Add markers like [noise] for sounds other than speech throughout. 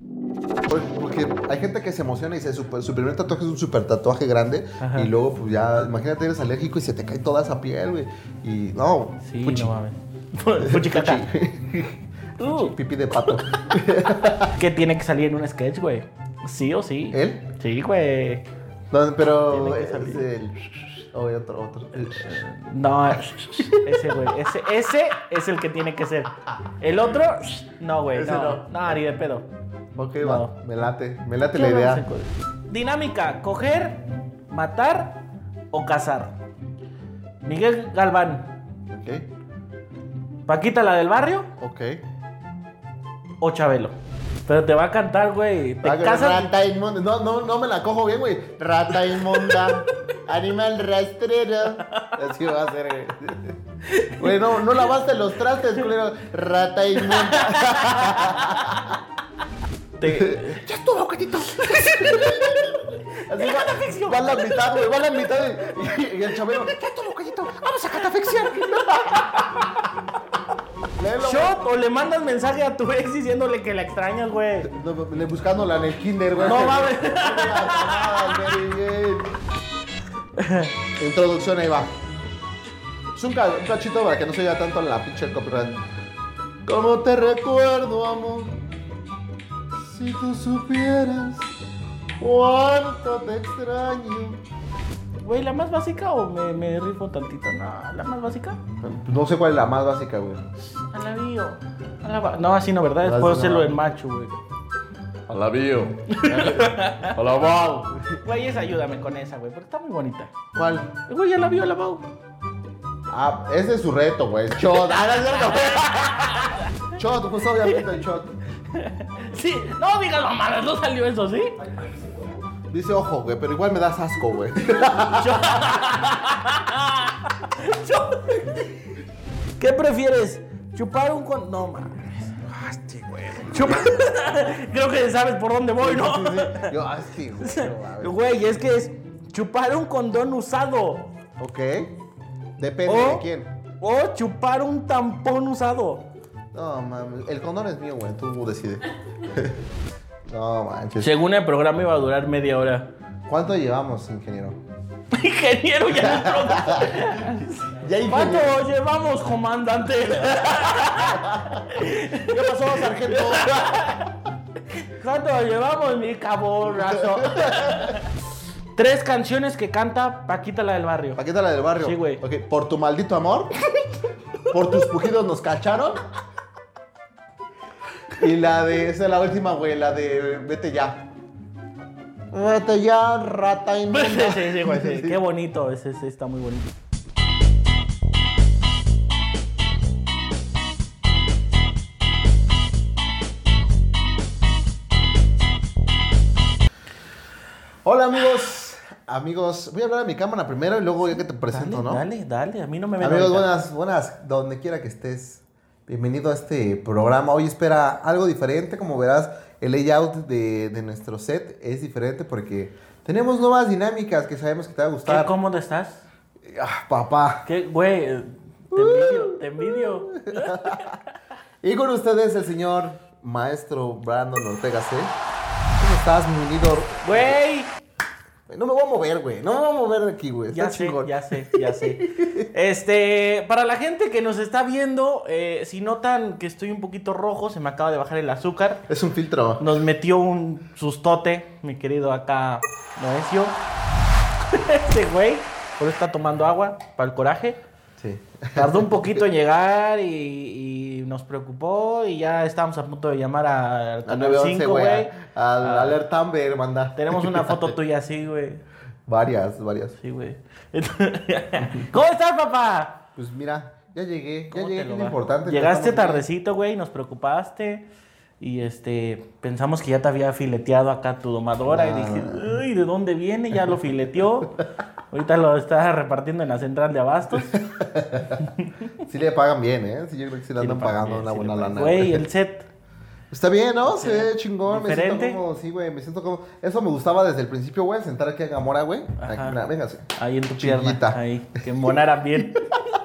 que Pues, hay gente que se emociona y dice, su, su primer tatuaje es un super tatuaje grande. Ajá. Y luego, pues ya, imagínate, eres alérgico y se te cae toda esa piel, güey. Y no, Sí, puchi, no [laughs] mames. Fuchicata. Uh, [laughs] pipí de pato. que tiene que salir en un sketch, güey. Sí o sí. ¿Él? Sí, güey. No, pero Tiene que es salir. el... O otro, otro. el- No, ese, güey. Ese, ese es el que tiene que ser. El otro, no, güey. Ese no. No, no, ni de pedo. Ok, No. va, me late, me late ¿Qué la vamos idea. a hacer? Dinámica: coger, matar o cazar. Miguel Galván, Ok, Paquita la del barrio ok. o Chabelo. Pero te va a cantar, güey. Te Ah, casas. Rata inmunda. No, no, no me la cojo bien, güey. Rata [laughs] inmunda. Animal rastrero. Así va a ser, güey. Güey, no, no lavaste los trastes, culero. Rata inmunda. te- ya estuvo, gatito. Así El va, catafixio. va a la mitad, güey. Va a la mitad. Y, y el chabelo. Ya estuvo, gatito. Vamos a catafixiar. [laughs] Léelo, güey. Shot o le mandas mensaje a tu [laughs] ex diciéndole que la extrañas, güey. No, le- buscándola en el kinder, güey. No mames. Very bien. [laughs] Introducción, ahí va. Es un, ca- un cachito para que no se oiga tanto la pinche copyright. ¿Cómo te recuerdo, amor? Si tú supieras cuánto te extraño. Güey, ¿la más básica o me, me rifo tantito? No, ¿la más básica? No sé cuál es la más básica, güey. A la bio. A la ba- No, así no, ¿verdad? Así Después no. hacerlo en macho, güey. A la bio. A la Val. Güey, esa ayúdame con esa, güey, porque está muy bonita. ¿Cuál? Güey, ya la vio, la vio. Ah, ese es su reto, güey. Shot. Ah, no es cierto, güey. Shot, pues obviamente el shot. Sí, no, dígalo, mames, no salió eso, ¿sí? Dice ojo, güey, pero igual me das asco, güey. [laughs] [laughs] ¿Qué prefieres? ¿Chupar un con.? No, mames. Hostia, [laughs] güey. Chupa- [laughs] Creo que sabes por dónde voy, ¿no? Sí, sí, sí. Yo, ah, sí, güey. no mames. Güey, es que es chupar un condón usado. Ok. Depende de O, quién. o chupar un tampón usado. No, mames. El condón es mío, güey. Tú decides. [laughs] No, manches. Según el programa iba a durar media hora. ¿Cuánto llevamos, ingeniero? [laughs] Ingeniero, ya no programa. Ya, ¿Cuánto llevamos, comandante? ¿Qué pasó, sargento? ¿Cuánto llevamos, [laughs] mi caborrazo? Tres canciones que canta Paquita la del barrio. [laughs] Paquita la del barrio. Sí, güey. Ok, por tu maldito amor. Por tus pujidos nos cacharon. Y la de. Esa es la última, güey. La de. Vete ya. Vete ya, rata Sí, inmunda. [laughs] sí, sí, güey, sí. Qué bonito, ese, ese está muy bonito. Hola amigos, amigos, voy a hablar a mi cámara primero y luego ya que te presento, Dale, ¿no? dale, dale, a mí no me ven Amigos, ahorita. buenas, buenas, donde quiera que estés. Bienvenido a este programa. Hoy espera algo diferente, como verás, el layout de, de nuestro set es diferente porque tenemos nuevas dinámicas que sabemos que te va a ¿Qué gustar. cómodo estás? Ah, papá. ¿Qué, güey? eh, Te envidio, te envidio. Y con ustedes el señor maestro Brandon Ortega C. ¿Cómo estás, mi unido? Güey, No me voy a mover, güey. No me voy a mover de aquí, güey. Está ya sé, chingón. ya sé, ya sé. Este, para la gente que nos está viendo, eh, si notan que estoy un poquito rojo, se me acaba de bajar el azúcar. Es un filtro. Nos metió un sustote, mi querido acá Noesio. [laughs] Este güey, por está tomando agua, para el coraje. Sí. Tardó un poquito en llegar y, y nos preocupó y ya estábamos a punto de llamar a, al A Canal 911, 5, güey. ah. güey. Ah. a- Al alerta Amber, manda. Tenemos una foto tuya así, güey. [laughs] Varias, varias. Sí, güey. [laughs] ¿Cómo estás, papá? Pues mira, ya llegué. Ya ¿Cómo llegué, te que lo es va? lo importante. Llegaste Estamos tardecito, güey, nos preocupaste. Y este, pensamos que ya te había fileteado acá tu domadora. Y Nah. dije, uy, ¿de dónde viene? Ya [laughs] lo fileteó. Ahorita lo está repartiendo en la central de abastos. bien. Sí le pagan bien, ¿eh? Sí, yo creo que sí le Sí, andan le pagando pagan una bien, sí le buena pagan. lana. [laughs] Güey, el set. Está bien, ¿no? Se ve chingón. Me Diferente. siento como, sí, güey. Me siento como. Eso me gustaba desde el principio, güey. Sentar aquí a Gamora, güey. Aquí, Ajá. mira, véngase. Ahí en tu pierna. Chiquita. Ahí. Que embonara [laughs] bien.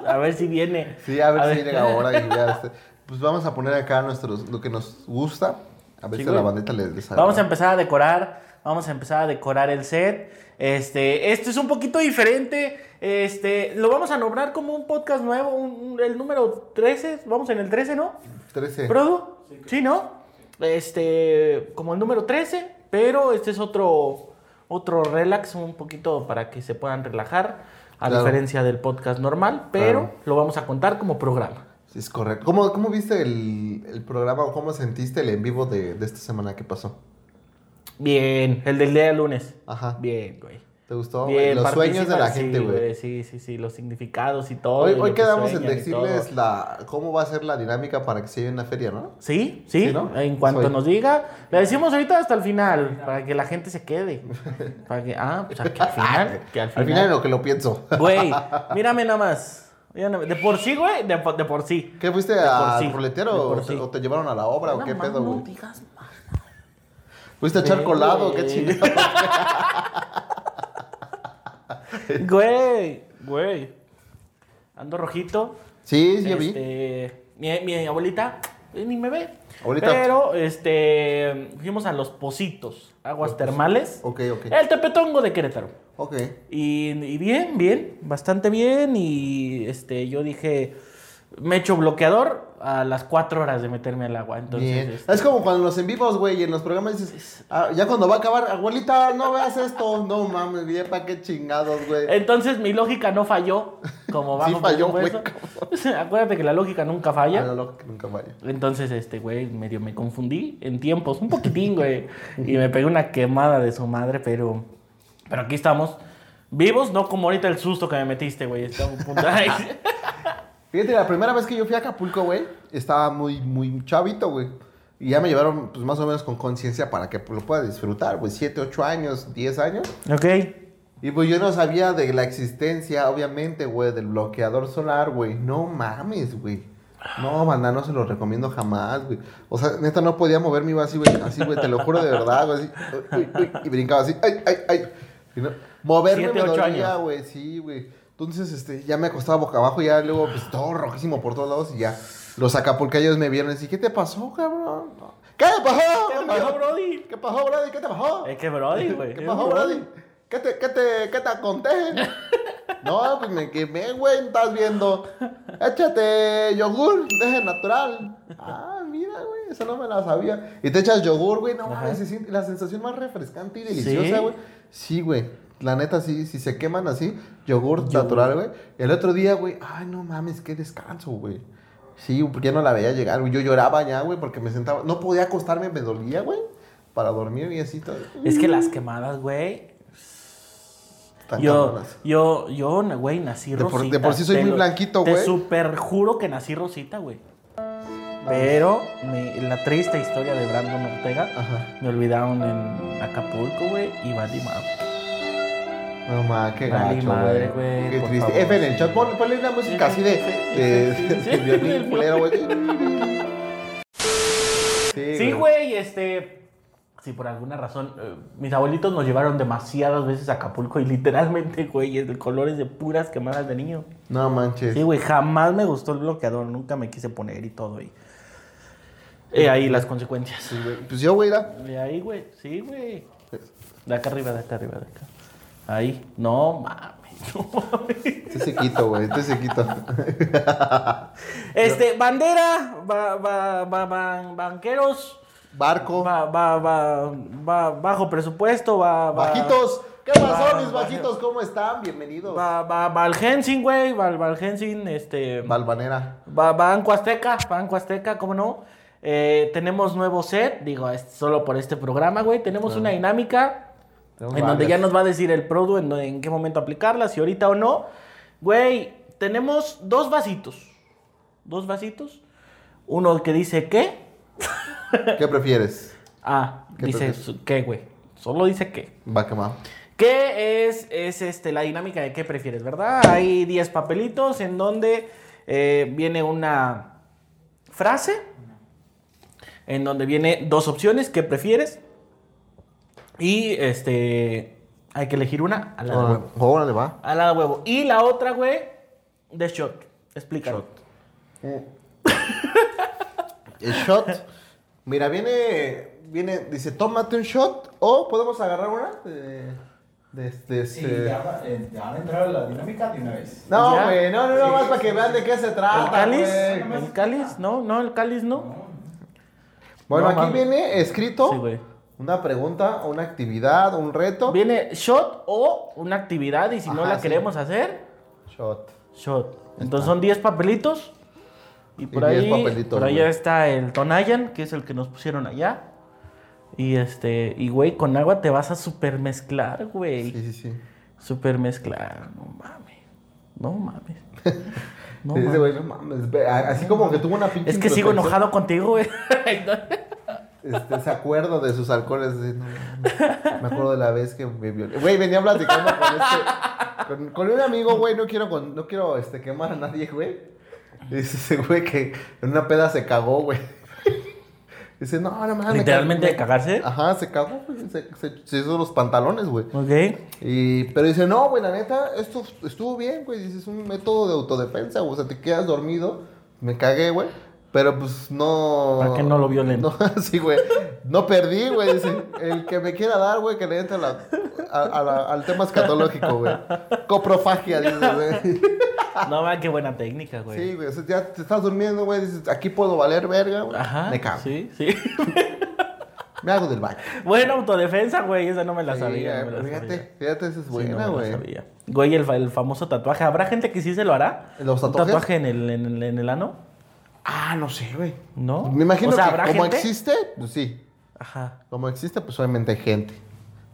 A ver si viene. [laughs] Sí, a ver si llega ahora y ya. este, Pues vamos a poner acá nuestros, lo que nos gusta. A veces güey. la bandita les desagrada. Vamos a empezar a decorar, vamos a empezar a decorar el set. Este, este es un poquito diferente. Este, lo vamos a nombrar como un podcast nuevo, un- un- el número 13, vamos en el 13, ¿no? 13. ¿Produ? Sí, ¿no? Este, como el número 13, pero este es otro otro relax un poquito para que se puedan relajar, a Claro. diferencia del podcast normal, pero Claro. lo vamos a contar como programa. Sí, es correcto. ¿Cómo, cómo viste el, el programa o cómo sentiste el en vivo de, de esta semana que pasó? Bien, el del día lunes. Ajá. Bien, güey. ¿Te gustó? güey? Bien, Los sueños de la participa- gente, sí, güey. Sí, sí, sí, los significados y todo. Hoy, y lo hoy que quedamos en sueñan y decirles todo. la, cómo va a ser la dinámica para que se lleven la feria, ¿no? Sí, sí, Sí, ¿no? en cuanto Soy. nos diga, le decimos ahorita hasta el final, para que la gente se quede. Para que, ah, pues a que al [laughs] final, que al Al final en final. lo que lo pienso. [laughs] Güey, mírame nada más. Mírame, De por sí, güey, de, por- de por sí. ¿Qué fuiste por al sí, ruletero de o, por te- sí. o te llevaron a la obra o No, qué man, pedo, no güey? digas más. ¿Fuiste a echar Sí, colado? ¿Qué güey. chingado? [laughs] [laughs] Güey, güey. Ando rojito. Sí, sí, ya vi. Este, mi, mi abuelita eh, ni me ve. Abuelita. Pero este fuimos a los Positos, aguas termales. Ok, ok. El Tepetongo de Querétaro. Ok. Y, y bien, bien, bastante bien. Y este, yo dije, me echo bloqueador a las cuatro horas de meterme al agua. Entonces, Bien. este, Es como cuando en los en vivos, güey, y en los programas dices, "Ah, ya cuando va a acabar, abuelita, no veas esto. No mames, bien, pa' qué chingados, güey. entonces mi lógica no falló. Como [laughs] Sí bajo falló, presupuesto. [laughs] Acuérdate que la lógica nunca falla. Ah, no, no, que nunca vaya. Entonces, este, güey, medio me confundí en tiempos, un poquitín, güey. Y me pegué una quemada de su madre, pero. Pero aquí estamos. Vivos, no como ahorita el susto que me metiste, güey. Estaba un punto- [laughs] Ay, Fíjate, la primera vez que yo fui a Acapulco, güey, estaba muy, muy chavito, güey. Y ya me llevaron, pues, más o menos con conciencia para que pues, lo pueda disfrutar, güey. Siete, ocho años, diez años. ok. Y pues yo no sabía de la existencia, obviamente, güey, del bloqueador solar, güey. No mames, güey. No, banda, no se lo recomiendo jamás, güey. O sea, neta, no podía moverme, iba así, güey, así, güey, te lo juro de verdad, güey, así. uy, uy, uy, y brincaba así, ay, ay, ay. Y no- moverme Siete, me ocho dolía, años. güey, sí, güey. Entonces, este, ya me acostaba boca abajo, ya luego, pues, todo rojísimo por todos lados y ya. Los acapulcayos me vieron y dije, ¿qué te pasó, cabrón? No. ¿Qué te pasó? ¿Qué te pasó, Brody? ¿Qué pasó, Brody? ¿Qué te pasó? Es que Brody, [laughs] güey. ¿Qué es pasó, Brody? ¿Qué te, qué te, qué te [laughs] acontece? No, pues me quemé, güey, estás viendo. Échate yogur, deje natural. Ah, mira, güey, eso no me la sabía. Y te echas yogur, güey, no mames, se siente la sensación más refrescante y deliciosa, ¿Sí? güey. Sí, güey. La neta, sí, si se queman así, yogur natural, güey. El otro día, güey, ay, no mames, qué descanso, güey. Sí, porque ya no la veía llegar, güey. Yo lloraba ya, güey, porque me sentaba. No podía acostarme, me dolía, güey, para dormir y así todo. Es que las quemadas, güey. Tan Yo, cabronas. yo, yo, güey, nací De por- rosita. de por sí soy Te muy lo- blanquito, Te güey. super juro que nací rosita, güey. Pero mi- la triste historia de Brandon Ortega Ajá. me olvidaron en Acapulco, güey, y valí madre. No mames, qué Vale, gacho, madre, güey. güey, Qué por triste. favor. F en el chat, pon- ponle una música así de, de, Sí, sí, sí, de sí. [laughs] violín culero, güey. Sí, güey, este. Si por alguna razón, eh, mis abuelitos nos llevaron demasiadas veces a Acapulco y literalmente, güey, es de colores de puras quemadas de niño. No manches. Sí, güey, jamás me gustó el bloqueador, nunca me quise poner y todo, y... He ahí las consecuencias. Sí, güey. Pues yo, güey, era. De ahí, güey, sí, güey. De acá arriba, de acá arriba, de acá. Ahí. No mames, [laughs] no mames. Este sequito, güey. Este [laughs] sequito. Este, bandera, ba- ba- ba- ba- banqueros, Barco. va, va, va, va, bajo presupuesto, va, va- Bajitos. ¿Qué Va- pasó, mis va- bajitos? ¿Cómo están? Bienvenidos. Va, va, Valgensin, güey, Val, Valgensin, este... Balvanera. Ba- Banco Azteca, Banco Azteca, ¿cómo no? Eh, tenemos nuevo set, digo, es solo por este programa, güey. Tenemos una dinámica Tenemos en donde varias. ya nos va a decir el produ en, en qué momento aplicarla, si ahorita o no. Güey, tenemos dos vasitos. Dos vasitos. Uno que dice qué. ¿Qué prefieres? Ah, ¿Qué dice prefieres? su- qué, güey. Solo dice qué. Va quemado. ¿Qué es, es este, la dinámica de qué prefieres, verdad? Hay 10 papelitos en donde eh, viene una frase, en donde viene dos opciones, ¿qué prefieres? Y este, hay que elegir una a la Ah. de huevo. Órale, va. A la de huevo. Y la otra, güey, de shot. Explícalo. El Mm. shot Mira, viene, viene, dice, tómate un shot o podemos agarrar una de, de este... Sí, este- ya, va- eh, ya van a entrar a la dinámica de una vez. No, ¿Ya? güey, no, no, no, Sí, más sí, para que sí, vean de qué se trata. ¿El cáliz? Ah, güey. ¿El cáliz? No, no, el cáliz no. Bueno, No, aquí mames. viene escrito Sí, güey. una pregunta, una actividad, un reto. Viene shot o una actividad y si no Ajá, la sí. queremos hacer, Shot. shot. Entonces son 10 papelitos. Y por 10 ahí, papelitos, por güey. allá está el Tonayan, que es el que nos pusieron allá. Y este, y güey, con agua te vas a super mezclar, güey. Sí, sí, sí. Super mezclar, no mames. No [laughs] mames. No Sí, ese mames. güey, no mames, ve, a- así como que tuvo una pinche. Es que sigo introspección, enojado [laughs] contigo, güey. Este, se acuerda de sus alcoholes. dice, no, no, no, me acuerdo de la vez que me violé. Güey, venía platicando con este. Con, con un amigo, güey, no quiero, con- no quiero este, quemar a nadie, güey. Dice ese güey que en una peda se cagó, güey. Dice, no, no mames. me Literalmente ca- de cagarse. Ajá, se cagó, güey. Se, se- se hizo los pantalones, güey. Ok. Y, pero dice, no, güey, la neta, esto estuvo bien, güey. Dice, es un método de autodefensa, güey. O sea, te quedas dormido, me cagué, güey. Pero pues no. Para que no lo violen. No, [laughs] sí, güey. No perdí, güey. Dice, el que me quiera dar, güey, que le entre a la- a- a la- al tema escatológico, güey. Coprofagia, dice, güey. No, va, qué buena técnica, [laughs] güey. Sí, güey. O sea, ya te estás durmiendo, güey. Dices, aquí puedo valer verga, güey. Ajá. Me cago. Sí, sí. [laughs] Me hago del baño. Buena autodefensa, güey. Esa no me la Sí, sabía. no me la sabía. fíjate, fíjate, esa es Sí, no me buena, la güey. sabía. Güey, el, fa- el famoso tatuaje. ¿Habrá gente que sí se lo hará? ¿Los ¿Un tatuajes? tatuaje en el, en, el- en el ano? ah, no sé, güey. ¿No? Me imagino O sea, que ¿habrá como gente? existe, pues sí. Ajá. Como existe, pues obviamente hay gente.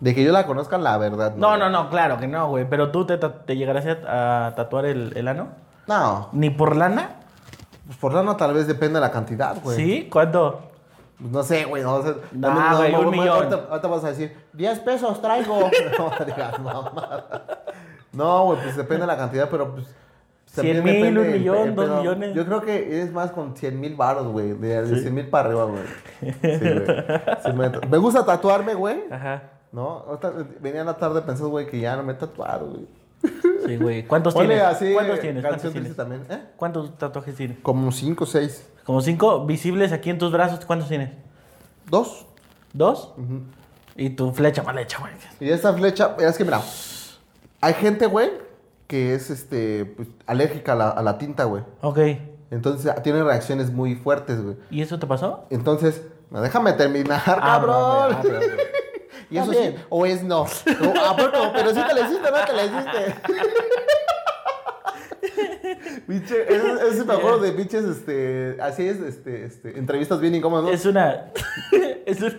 De que yo la conozca, la verdad. No, no, no, claro que no, güey. Pero tú te, ta- te llegarás a, a tatuar el, el ano. No, ¿Ni por lana? pues por lana tal vez depende de la cantidad, güey. ¿Sí? ¿Cuánto? Pues no sé, güey. No, sé. Nah, También, güey, un güey, millón. Ahorita, ahorita vas a decir, 10 pesos traigo. [laughs] no, digas, mamada. No, güey, pues depende de la cantidad, pero pues. también 100,000, depende un del- millón, el dos pedo. millones. Yo creo que es más con 100 mil baros, güey. De, de 100 mil para arriba, [laughs] güey. Sí, güey. Sí, me, me gusta tatuarme, güey. Ajá. No, ahorita venía en la tarde pensando, güey, que ya no me he tatuado, güey. Sí, güey. ¿Cuántos Ponle tienes? así, ¿Cuántos canción tienes? ¿Cuántos triste tienes? también, ¿eh? ¿Cuántos tatuajes tienes? Como 5 o 6. Como cinco visibles aquí en tus brazos. ¿Cuántos tienes? ¿Dos? ¿Dos? Y tu flecha mal hecha, güey. Y esta flecha, es que mira, hay gente, güey, que es este, pues, alérgica a la, a la tinta, güey. Ok. Entonces ah, tiene reacciones muy fuertes, güey. ¿Y eso te pasó? Entonces, no, déjame terminar, Ah, cabrón. no, no, no, no. y eso sí, También. o es no. O, ¿A poco? Pero sí te la hiciste, no te la hiciste. [laughs] Pinche, eso, eso sí me acuerdo de pinches, este, así es, este, este, entrevistas bien incómodas, ¿no? Es una. [laughs] es una.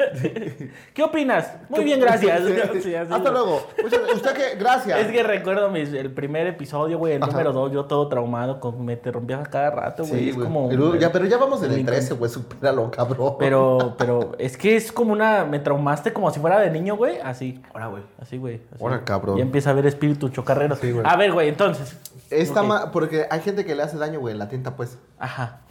¿Qué opinas? Muy bien, gracias. [laughs] Sí, sí. Sí, así Hasta es. luego. Usted, usted que, gracias. Es que recuerdo mis- el primer episodio, güey, el Ajá. número 2, yo todo traumado, con, me te rompías a cada rato, güey. Sí, es güey. como. Pero ya, pero ya vamos en el el 13, güey. Supéralo, cabrón. Pero, pero, es que es como una. Me traumaste como si fuera de niño, güey. Así. Ahora, güey. Así, güey. así. Ahora, cabrón. Ya empieza a ver espíritu chocarrero. Sí, güey. A ver, güey, entonces. Está Ok. ma- porque hay gente que le hace daño, güey, en la tinta, pues. Ajá.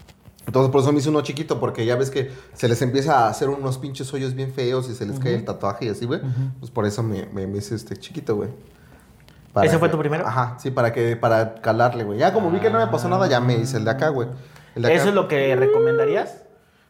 Entonces, por eso me hice uno chiquito, porque ya ves que se les empieza a hacer unos pinches hoyos bien feos y se les cae el tatuaje y así, güey. Pues por eso me, me, me hice este chiquito, güey. Para ¿Ese fue que- tu primero? Ajá, sí, para que para calarle, güey. Ya como vi que no me pasó nada, ya me hice el de acá, güey. El de acá- ¿Eso es lo que recomendarías?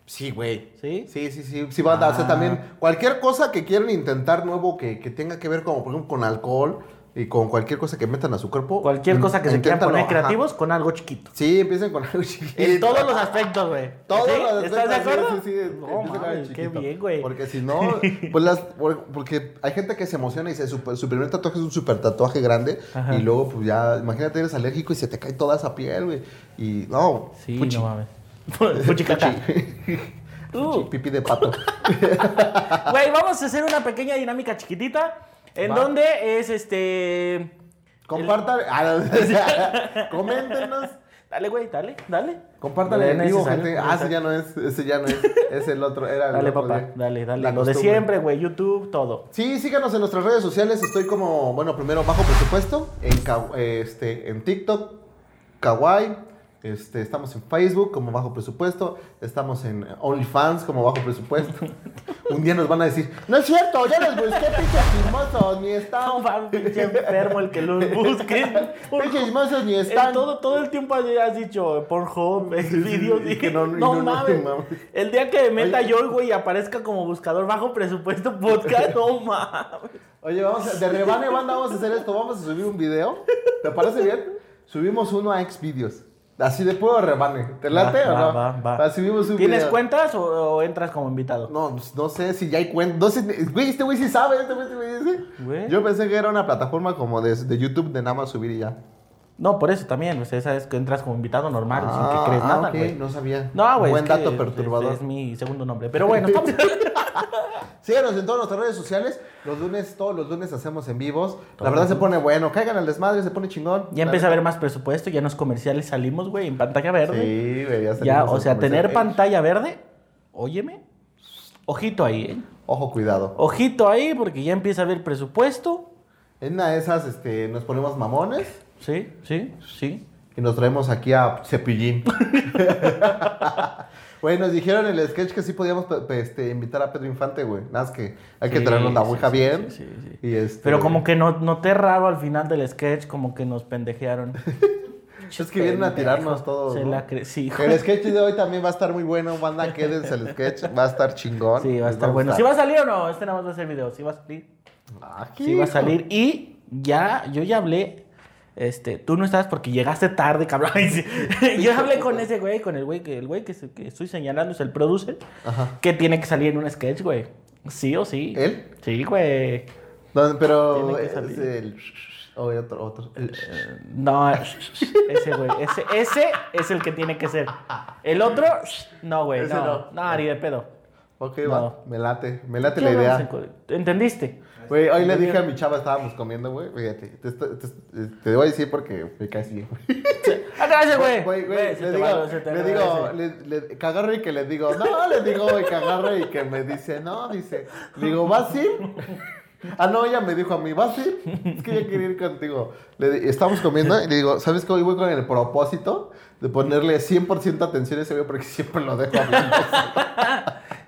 Sí, güey. ¿Sí? Ah. Sí, sí, sí. Sí, banda. O sea, también cualquier cosa que quieran intentar nuevo que, que tenga que ver como, por ejemplo, con alcohol y con cualquier cosa que metan a su cuerpo. Cualquier in- cosa que se quieran Mm, inténtalo, poner ajá. creativos con algo chiquito. Sí, empiecen con algo chiquito. En todos los aspectos, güey. [laughs] Todos ¿Sí? los ¿Estás de aspectos, acuerdo? Sí, sí, sí, No, empiecen con algo mames, qué chiquito. bien, güey. Porque si no, pues las, por- porque hay gente que se emociona y dice, su, su primer tatuaje es un super tatuaje grande Ajá. y luego, pues ya, imagínate, eres alérgico y se te cae toda esa piel, güey. Y no, Sí, puchi, [laughs] no mames. Puchicata. Uh, pipí de pato. Güey, vamos a hacer una pequeña dinámica chiquitita. En Va. donde es este. Compartan, [laughs] ah, no, o sea, [laughs] coméntenos. Dale, güey, dale, dale. Compártale No en es vivo, necesario, gente. no es Ah, ese ya no es, ese ya no [laughs] es, es el otro, era el Dale, otro papá, día. dale, dale. La Lo de costumbre. siempre, güey, YouTube, todo. Sí, síganos en nuestras redes sociales. Estoy como, bueno, primero bajo presupuesto, en, Ka- eh, este, en TikTok, Kawaii. Este, [laughs] estamos en Facebook como bajo presupuesto. Estamos en OnlyFans como bajo presupuesto. Un día nos van a decir, no es cierto, yo los busqué, pinches chismosos, ni No, están. va un pinche enfermo el que los [laughs] busque. Pinches chismosos, ni Eh, están. todo, todo el tiempo has dicho Pornhub, Xvideos, sí, y que no, no- y no- no, mames. mames. El día que meta Oye. eh, yo, güey, y aparezca como buscador [laughs] bajo presupuesto podcast, no mames. Oye, vamos a, de rebane banda vamos a hacer esto, vamos a subir un video. ¿Te parece bien? Subimos uno a Xvideos. Así de puro rebane. ¿Te late Va, o va, no? va, va. subimos un ¿Tienes video. cuentas o, o entras como invitado? No, pues, no sé si ya hay cuenta. No sé, güey, este güey sí sabe, este güey este güey sí. Güey. Yo pensé que era una plataforma como de, de YouTube de nada más subir y ya. No, por eso también. O sea, esa es que entras como invitado normal, sin Ah, que crees ah, nada, ok, güey. no sabía. No, güey. Buen es que dato es- perturbador. Es, mi segundo nombre. [laughs] Pero bueno, estamos- Síganos en todas nuestras redes sociales. Los lunes, todos los lunes hacemos en vivos. La verdad se pone bueno. Caigan al desmadre, se pone chingón. ya empieza a haber más presupuesto, ya en los comerciales salimos, güey, en pantalla verde. Sí, güey, ya Ya, salimos o al sea, comercial. tener Eh, pantalla verde, óyeme, ojito ahí, ¿eh? Ojo, cuidado. Ojito ahí porque ya empieza a haber presupuesto. En una de esas este, nos ponemos mamones Sí, sí, sí. y nos traemos aquí a [laughs] Cepillín. Güey, nos dijeron en el sketch que sí podíamos pe- pe- este, invitar a Pedro Infante, güey. Nada más que hay que Sí, traernos la sí, ouija sí, bien. sí, sí, sí. Y este, Pero como que no, noté raro al final del sketch, como que nos pendejearon. [laughs] Es que vienen a tirarnos todo. Se ¿no? la cre- sí, hijo. El sketch de hoy también va a estar muy bueno, banda. Quédense el sketch, va a estar chingón. Sí, va a Les estar bueno. ¿Sí va gustar. a salir o no? Este nada más va a ser video. Sí va a salir. Ah, Sí va a hijo. salir. Y ya, yo ya hablé. Este, tú no estabas porque llegaste tarde, cabrón. [laughs] [laughs] Ay, sí. Yo hablé con ese güey, con el güey que el güey que, se- que estoy señalando es el producer, Ajá. que tiene que salir en un sketch, güey. Sí o sí. ¿Él? Sí, güey. No, pero Tiene que es salir. Eh, el... O otro, otro. El- No, ese güey, ese, ese es el que tiene que ser. El otro, no, güey, Ese no, no, no. ni de pedo. Ok, eh, No. va. Me late. Me late ¿Qué la idea. hablamos en- ¿Entendiste? Güey, hoy le dije a mi chava, estábamos comiendo, güey. Fíjate, te, estoy- te, eh, te voy a decir porque me caes bien, güey. Ah, gracias, güey. Güey, Güey, güey, se le te digo, va- se te le agradece. digo, le, le- que agarro y que le digo, no, le digo, güey, que agarro y que me dice, no, dice, le digo, ¿vas a ir? Ah, no, ella me dijo a mí, ¿vas a ir? Es que yo quería ir contigo. Le di- estamos comiendo y le digo, ¿sabes qué? Hoy voy con el propósito de ponerle 100% atención a ese güey porque siempre lo dejo hablando.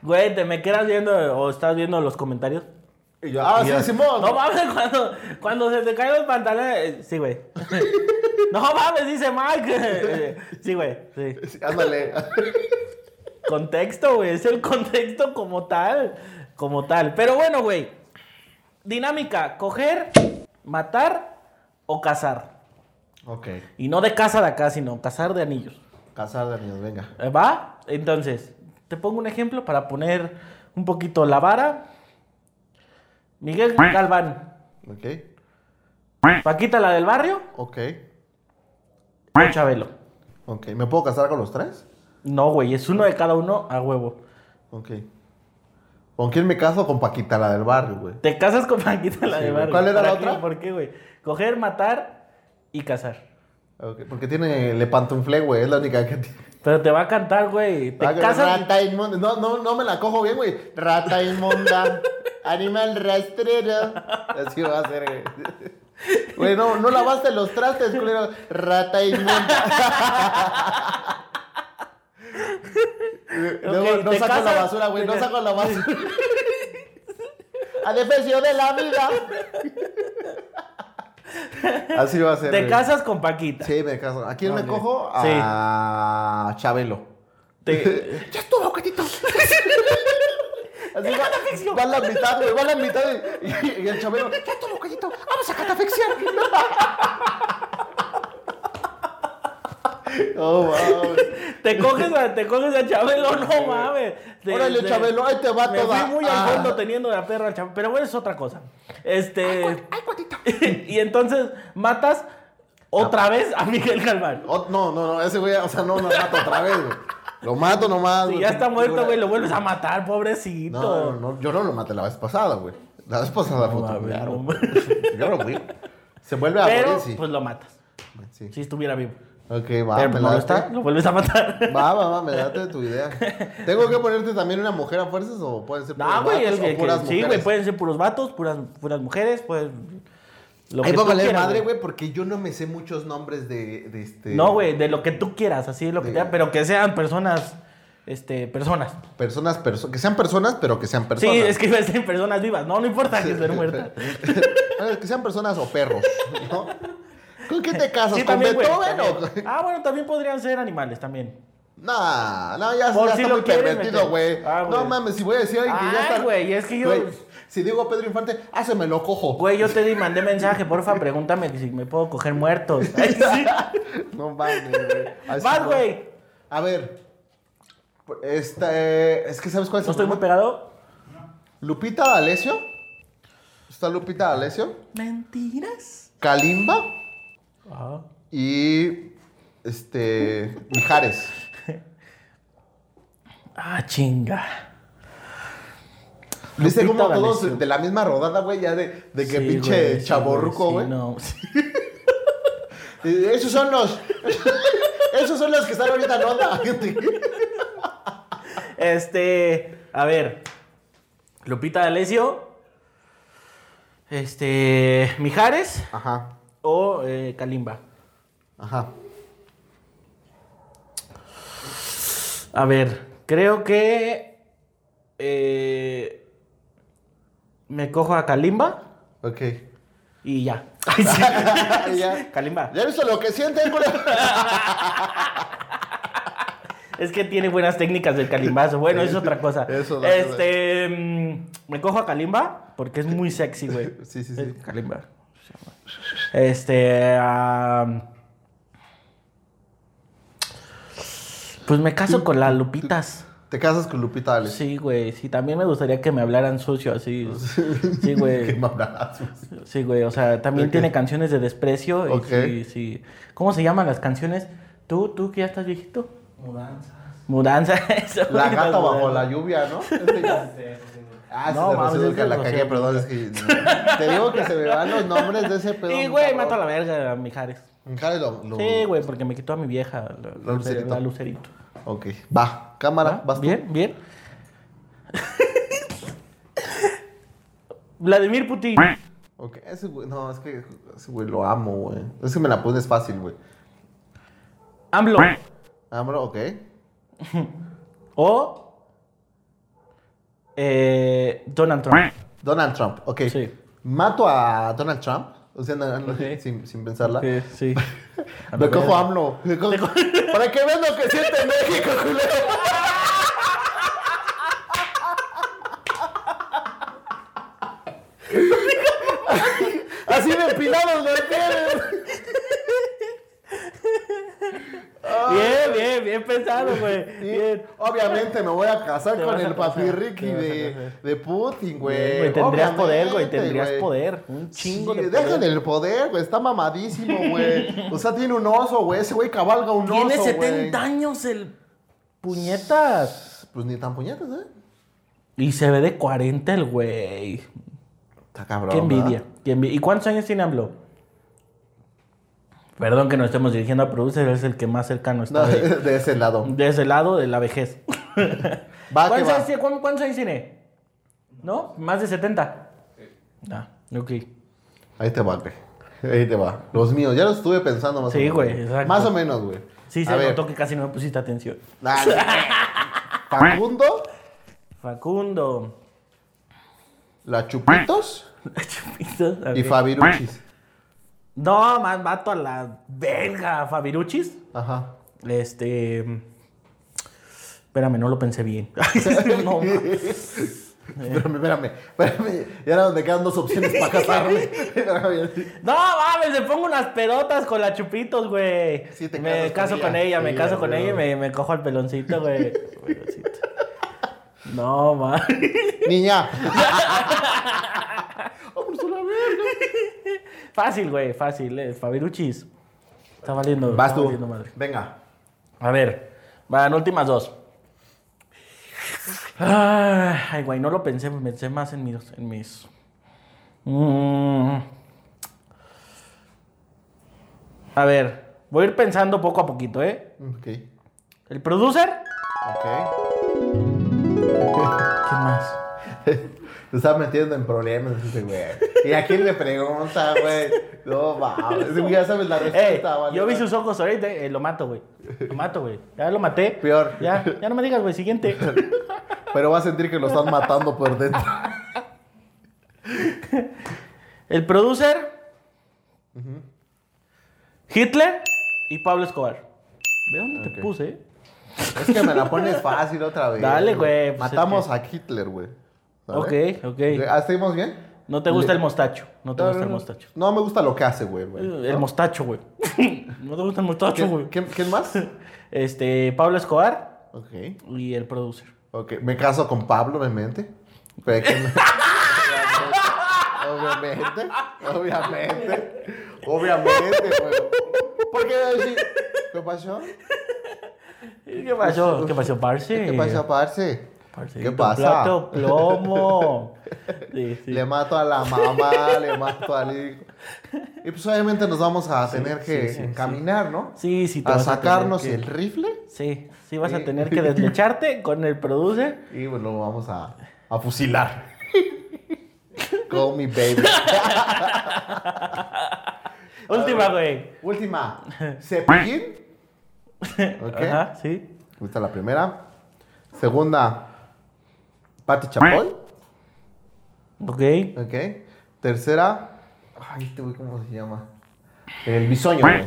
Güey, te me quedas viendo o estás viendo los comentarios. Y yo, ah, Y sí, ya. Simón. No mames, [laughs] cuando, cuando se te caen los pantalones. eh, Sí, güey. [laughs] No mames, dice Mike. [laughs] Sí, güey. Sí. Sí, Ándale. Contexto, güey. Es el contexto como tal. Como tal. Pero bueno, güey. Dinámica: coger, matar o cazar. ok, Y no de casa de acá, sino cazar de anillos. casar de niños, venga. Eh, ¿Va? Entonces, te pongo un ejemplo para poner un poquito la vara. Miguel Galván. Ok, Paquita, la del barrio. ok, o Chabelo. ok. ¿Me puedo casar con los tres? No, güey, es uno de cada uno a huevo. Ok. ¿Con quién me caso? Con Paquita, la del barrio, güey. Te casas con Paquita la Sí, de güey. barrio. ¿Cuál era ¿Para la qué? otra? ¿Por qué, güey? Coger, matar y casar. Ok, Porque tiene le pantuflé, güey. Es la única que tiene. Pero te va a cantar, güey. Te Ah, que- casas. Rata inmunda. No, no, no me la cojo bien, güey. Rata [laughs] inmunda. Animal rastrero. Así va a ser, güey. Güey, no, no lavaste los trastes, culero. Rata inmunda. [laughs] Luego, Ok, no te saco la casas- basura, [laughs] güey. No saco la basura. A defensión de la vida. Así va a ser. Te güey. casas con Paquita. Sí, me caso. ¿A quién Ok. me cojo? Sí. A Chabelo. Te- Ya estuvo, [laughs] gatito. Así va, va a la mitad, güey, va a la mitad y, y- y el chabelo, ya estuvo, gatito, vamos a catafixiar. [laughs] Oh, wow. Te coges a, te coges a Chabelo, no mames. Te- Órale, te- Chabelo, ahí te va Me toda. fui muy Ah. al fondo teniendo la perra al Chabelo. Pero bueno, es otra cosa. Este. Ay, cuatito. [laughs] y entonces matas otra vez a Miguel Galván. Oh, no, no, no, ese güey, o sea, no lo mato otra vez, güey. Lo mato nomás. Si güey. ya está muerto, Figura- güey, lo vuelves a matar, No, pobrecito. no, no, yo no lo maté la vez pasada, güey. La vez pasada fue otro, mames, claro, no güey. Yo lo vi. Se vuelve a Pero, morir, Ah, sí. pues lo matas. Sí. Ah, pues Si estuviera vivo. Ok, va, Pero me como no late. está, lo vuelves [laughs] a matar. Va, va, va, me date tu idea. ¿Tengo que ponerte también una mujer a fuerzas o pueden ser puros No, güey, vatos el que- o que- puras Sí, güey, mujeres? pueden ser puros vatos, puras, puras mujeres, pues. Lo Ahí tú póngale quieras, madre, güey, porque yo no me sé muchos nombres de, de este... No, güey, de lo que tú quieras, así de lo que De- sea, pero que sean personas este, personas. Personas, perso- que sean personas, pero que sean personas. Sí, es que iba a decir personas vivas. No, no importa que estén [laughs] muertas. Bueno, que sean personas o perros, ¿no? ¿Con qué te casas? Sí, ¿Con también, güey, Beethoven o...? también. Ah, bueno, también podrían ser animales también. Nah, no, ya, Por ya si está lo muy quieres pervertido, meter. güey. Ah, no güey. mames, si voy a decir alguien que ya Ay, está... güey, es que yo- Güey, si digo Pedro Infante, ah, se me lo cojo. Güey, yo te di, mandé mensaje, porfa, pregúntame que si me puedo coger muertos. [laughs] Ay, [laughs] sí. No mames, güey. Ay, sí, Vas, no. güey. A ver. Esta, eh, es que ¿sabes cuál es No el estoy muy problema? pegado. Lupita D'Alessio. Está Lupita D'Alessio. Mentiras. Kalimba. Ah. Ajá. Y... Este... Mijares. Ah, chinga. Dice Lupita como todos D'Alessio. de la misma rodada, güey, ya de, de que Sí, pinche güey, sí, chaborruco, sí, güey. no. Eh, Esos son los. [laughs] Esos son los que están ahorita en onda, [laughs] gente. Este, a ver. Lupita D'Alessio. Este, Mijares Ajá, o eh, Kalimba. ajá. A ver, creo que eh, me cojo a Kalimba Ok. [laughs] y ya. [laughs] ya. Kalimba. ¿Ya visto lo que sienten, güey? Es que tiene buenas técnicas del Kalimbazo. Bueno, es otra cosa. [laughs] Eso, no, este, mm, me cojo a Kalimba porque es muy sexy, güey. Sí, sí, sí. Kalimba. Este, am, pues me caso con las lupitas. Te casas con Lupita Alex. Sí, güey. Sí, también me gustaría que me hablaran sucio así. [laughs] Sí, Qué güey. [laughs] mamadas. Sí, güey. O sea, también Ok. tiene canciones de desprecio. y Ok. sí, sí. ¿Cómo se llaman las canciones? Tú, tú que ya estás viejito. Mudanzas. Mudanza. [laughs] eso, La güey, gata bajo la mudanza. lluvia, ¿no? Este ya- Ah, No, no, mames, mames, es que la de cagué, Rocío. perdón, es que te digo que se me van los nombres de ese pedo. Y, güey, mato a la verga a Mijares. Jale, lo- lo- Sí, güey, porque me quitó a mi vieja, la, Lucerito. la Lucerito. La Lucerito. Ok, va, cámara, ¿Ah? vas tú. Bien, bien. Vladimir Putin. Ok, ese güey, no, es que ese güey lo amo, güey. Es que me la pones fácil, güey. AMLO. Amro, ok. O. eh, Donald Trump. Donald Trump, ok. Sí. Mato a Donald Trump, o sea, no- no- Ok. sin, sin pensarla. Sí, sí. Me cojo a [laughs] AMLO. Me cojo- Para que vean lo que siente México, culero. Así de empinados lo tienen. Bien, bien, bien pensado, güey. Bien. Obviamente me voy a casar Te con vas a el casar, papi Ricky te vas a de, casar. de Putin, güey. Güey, tendrías poder, güey, Obviamente, tendrías güey. poder. Un chingo Sí, de deja poder. del poder, güey. Está mamadísimo, [laughs] güey. O sea, tiene un oso, güey. Ese güey cabalga un Tiene oso, 70 güey. años el puñetas. Pues ni tan puñetas, ¿eh? Y se ve de 40 el güey. Está cabrón. Qué envidia. ¿verdad? qué envi- ¿Y cuántos años tiene AMLO? Perdón que nos estemos dirigiendo a producer, es el que más cercano No, está de, de ese lado. [laughs] de ese lado de la vejez. [laughs] Va, que ¿Cuántos va. años, tiene- cuán- cuántos años tiene? ¿No? ¿Más de 70? Ah, ok. Ahí te va, güey. Ahí te va. Los míos, ya los estuve pensando más Sí, o menos. güey, exacto. Más o menos, güey. Sí, A se ver. notó que casi no me pusiste atención. Ah, [laughs] sí. Facundo, Facundo. [laughs] la Chupitos Chupitos, y ok. Fabiruchis. No, más mato a la verga, Fabiruchis. Ajá. Este. Espérame, no lo pensé bien. [laughs] [laughs] No, ma- espérame, espérame, espérame. Y ahora me quedan dos opciones para casarme. [laughs] Espérame. No, mames, le pongo unas pedotas con la chupitos, güey. Sí, te casas me caso con con ella. ella, me Sí, caso con güey. ella y me, me cojo al [laughs] peloncito, güey. Peloncito. No, mames. Niña. Fácil, güey, fácil. eh. Fabiruchis. Está valiendo. Vas está tú. valiendo madre. Venga. A ver, van últimas dos. Ay, güey, no lo pensé, pensé más en mis. En mis... Mm. A ver, voy a ir pensando poco a poquito, ¿eh? Ok. ¿El producer? Ok. ¿Qué más? Se está metiendo en problemas ese güey. ¿Y a quién le pregunta, güey? No, mames. Ese güey ya sabes la Eh, respuesta, vale. yo vi sus ojos ahorita, eh, lo mato, güey. Lo mato, güey. Ya lo maté. Peor. Ya, ya no me digas, güey. [laughs] Siguiente. Pero va a sentir que lo están matando por dentro. El producer. Hitler y Pablo Escobar. Ve dónde te Ok. puse, eh. Es que me la pones fácil otra vez. Dale, güey, pues es Matamos a Hitler, güey. ¿Sale? Ok, ok. ¿Ah, ¿Estamos bien? No te gusta Le- el mostacho. No te gusta el mostacho. No me gusta lo que hace, güey. güey. El mostacho, güey. [laughs] No te gusta el mostacho, ¿Quién, güey. quién- quién más? Este, Pablo Escobar Ok. y el producer. Ok. Me caso con Pablo, obviamente. Pero ¿quién- obviamente. Obviamente. Obviamente, güey. ¿Por qué voy a decir? ¿Qué pasó? ¿Qué pasó? ¿Qué pasó, parce? ¿Qué pasa, parce? Parcerito, ¿Qué pasa? Plato, [laughs] plomo. Sí, sí. Le mato a la mamá, le mato al hijo. Y pues obviamente nos vamos a tener que sí, sí. encaminar, ¿no? Sí, sí, te a vas a sacarnos tener el rifle Sí, sí vas a Sí. tener [laughs] que deslecharte con el producer. y bueno, lo vamos a, a fusilar. [laughs] Call me baby. Última, güey. [laughs] Última. Cepillín. Ok. Ajá, sí. Esta es la primera. Segunda. Pati Chapoy. Ok. Ok. Tercera. Ay, este güey, ¿cómo se llama? El bisoño, güey.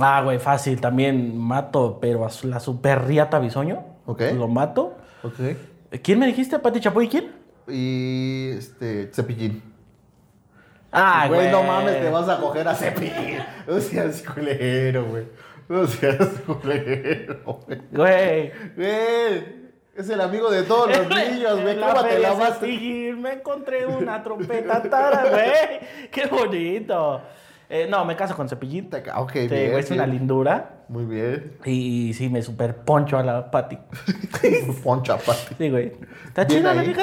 Ah, güey, fácil. También mato, pero a su- la super riata bisoño. Ok. Lo mato. Ok. ¿Quién me dijiste? ¿Pati Chapoy? ¿Quién? Y este, Cepillín. Ah, güey, no mames, te vas a coger a Cepillín. No seas culero, güey. No seas culero, güey. Güey. Güey, es el amigo de todos [laughs] los niños, güey. En la ¿Cómo te feria la vas? Cestigil Me encontré una trompeta tara, güey. [laughs] Qué bonito. Eh, no, me caso con Cepillín. Te ca- Ok, Este, bien, güey, es una bien. lindura. Muy bien. Y, y sí, me super poncho a la Pati. [laughs] Poncha, Pati. Sí, güey. Está Bien chido, ¿no, ahí. hija?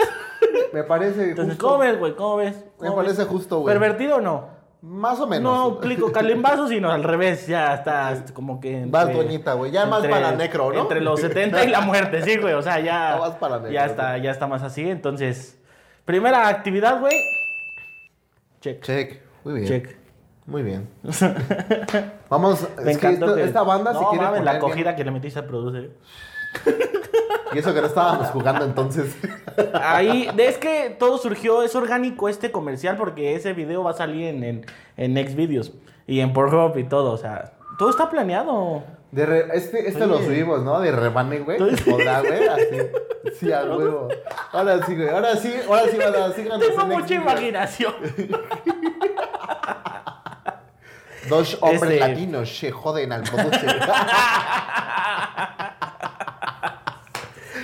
Me parece Entonces, justo. ¿cómo ves, güey? ¿Cómo ves? Me ¿Cómo parece ves? justo, güey. ¿Pervertido o no? Más o menos. No aplico calimbazos, sino al revés. Ya está como que. entre- Vas doñita, güey. Ya más entre- para la necro, ¿no? Entre los 70 y la muerte, sí, güey. O sea, ya. [laughs] Ya vas para la necro, ya está, ya está más así. Entonces, primera actividad, güey. Check. Check. Check. Muy bien. Muy [laughs] bien. Vamos, Me es que encantó esta, que- esta banda no, se quiere mames, la poner bien- cogida que le metiste al producer. Y eso que no estábamos jugando entonces. [laughs] Ahí, es que todo surgió, es orgánico este comercial porque ese video va a salir en, en, en Next Videos y en Pornhub y todo, o sea, todo está planeado. De re- este este Oye. lo subimos, ¿no? De rebane, güey. Entonces- Se podrá, güey. Así. Sí, a huevo. Ahora sí, güey. Ahora sí, ahora sí, ahora sí. síganos Tengo en mucha Xvideos. imaginación. Dos hombres Este- latinos se joden al [laughs] produce.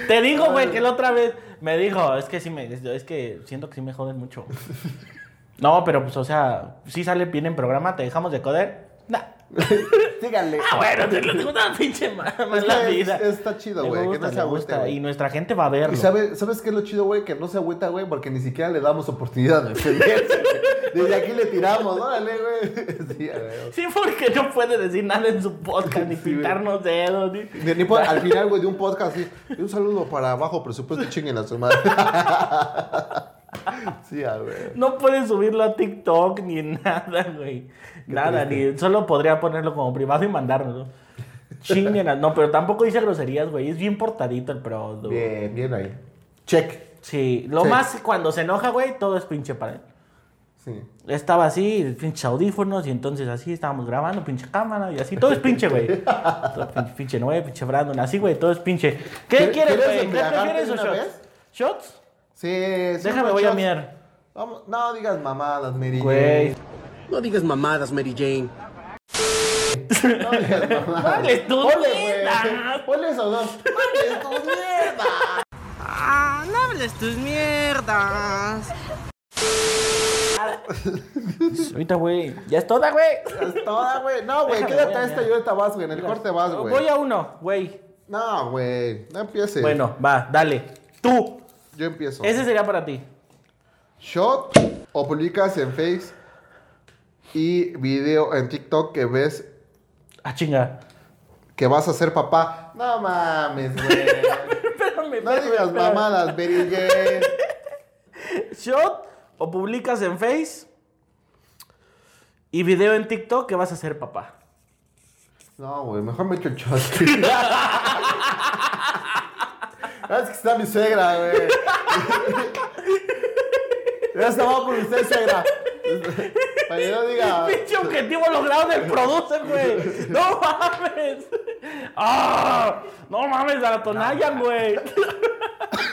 Te digo, güey, que la otra vez me dijo, es que sí me, es, es que siento que sí me [laughs] joden mucho. No, pero pues, o sea, si sale bien en programa, te dejamos de coder. Nah. Síganle. Ah, bueno, te lo tengo una pinche más Es la que es- vida. está chido, Le güey, que gusta, no se le agüite, gusta, güey. Y nuestra gente va a verlo. ¿Y sabe- sabes qué es lo chido, güey? Que no se agüita, güey, porque ni siquiera le damos oportunidad de defenderse. güey. Desde aquí le tiramos, órale, güey. [laughs] Sí, a huevo. Sí, porque no puede decir nada en su podcast, ni Sí, güey. pintarnos dedos, ni... Ni- ni po- al final, güey, de un podcast, sí. Un saludo para abajo, presupuesto, chinguen a su madre. [laughs] Sí, a ver. No puede subirlo a TikTok ni [laughs] nada, güey. Nada, ni... Solo podría ponerlo como privado y mandárnoslo. Chinguen a- No, pero tampoco dice groserías, güey. Es bien portadito el producto. güey. Bien, bien ahí. Check. Sí, lo Sí. más cuando se enoja, güey, todo es pinche para él. Sí. Estaba así, pinche audífonos, y entonces así estábamos grabando, pinche cámara, y así. Todo es [laughs] pinche, güey. Todo pinche, pinche Noé, pinche Brandon, así, güey, todo es pinche. ¿Qué ¿Quieres- quieres, quieres güey? ¿Qué embriagarte prefieres de o una shots? vez? ¿Shots? Sí, sí, Déjame, unos voy a shots. mirar. Vamos, no digas mamadas, Mary Güey. Jane. No digas mamadas, Mary Jane. No digas mamadas. [laughs] Dale Ah, tus Ponle, güey. mierdas. Ponle eso, no. Dale tus mierdas. Ah, no hables tus mierdas. Ahorita, güey. Ya es toda, güey. Es toda, güey. No, güey, Déjame, quédate voy a a esta mirar. y ahorita vas, güey. En el corte vas, güey. Voy a uno, güey. No, güey. No empieces. Bueno, va, dale. Tú. Yo empiezo. Ese sería para ti. Shot o publicas en Face y video en TikTok que ves Ah, chinga. que vas a ser papá. No mames, güey. Espérame, [laughs] No digas mamadas, Berry Jane. Shot o publicas en Face y video en TikTok que vas a ser papá. No, güey, mejor me echo el shot. es que está mi suegra, güey. Ya estaba por usted, suegra. Para que no diga. [laughs] Pinche objetivo logrado del producer, güey. No mames. Ah, no mames, a la Tonayan, güey.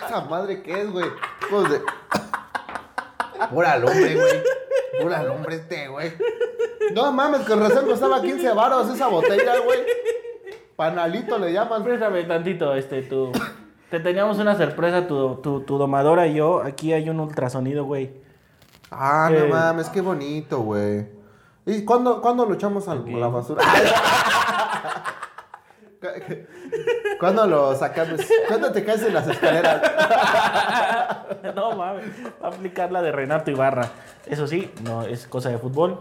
¡Esa madre qué es, güey! Hijos de... [laughs] Pura lumbre, güey. Pura lumbre este, güey. No mames, con razón costaba 15 varos esa botella, güey. Panalito le llaman. Préstame tantito, este, tú. Te teníamos una sorpresa, tu, tu, tu domadora y yo. Aquí hay un ultrasonido, güey. Ah, no Eh. mames, qué bonito, güey. ¿Y cuándo, cuándo lo echamos a la basura? [laughs] ¿Cuándo lo sacamos? ¿Cuándo te caes en las escaleras? [laughs] No mames. Va a aplicar la de Renato Ibarra. Eso sí, no es cosa de fútbol.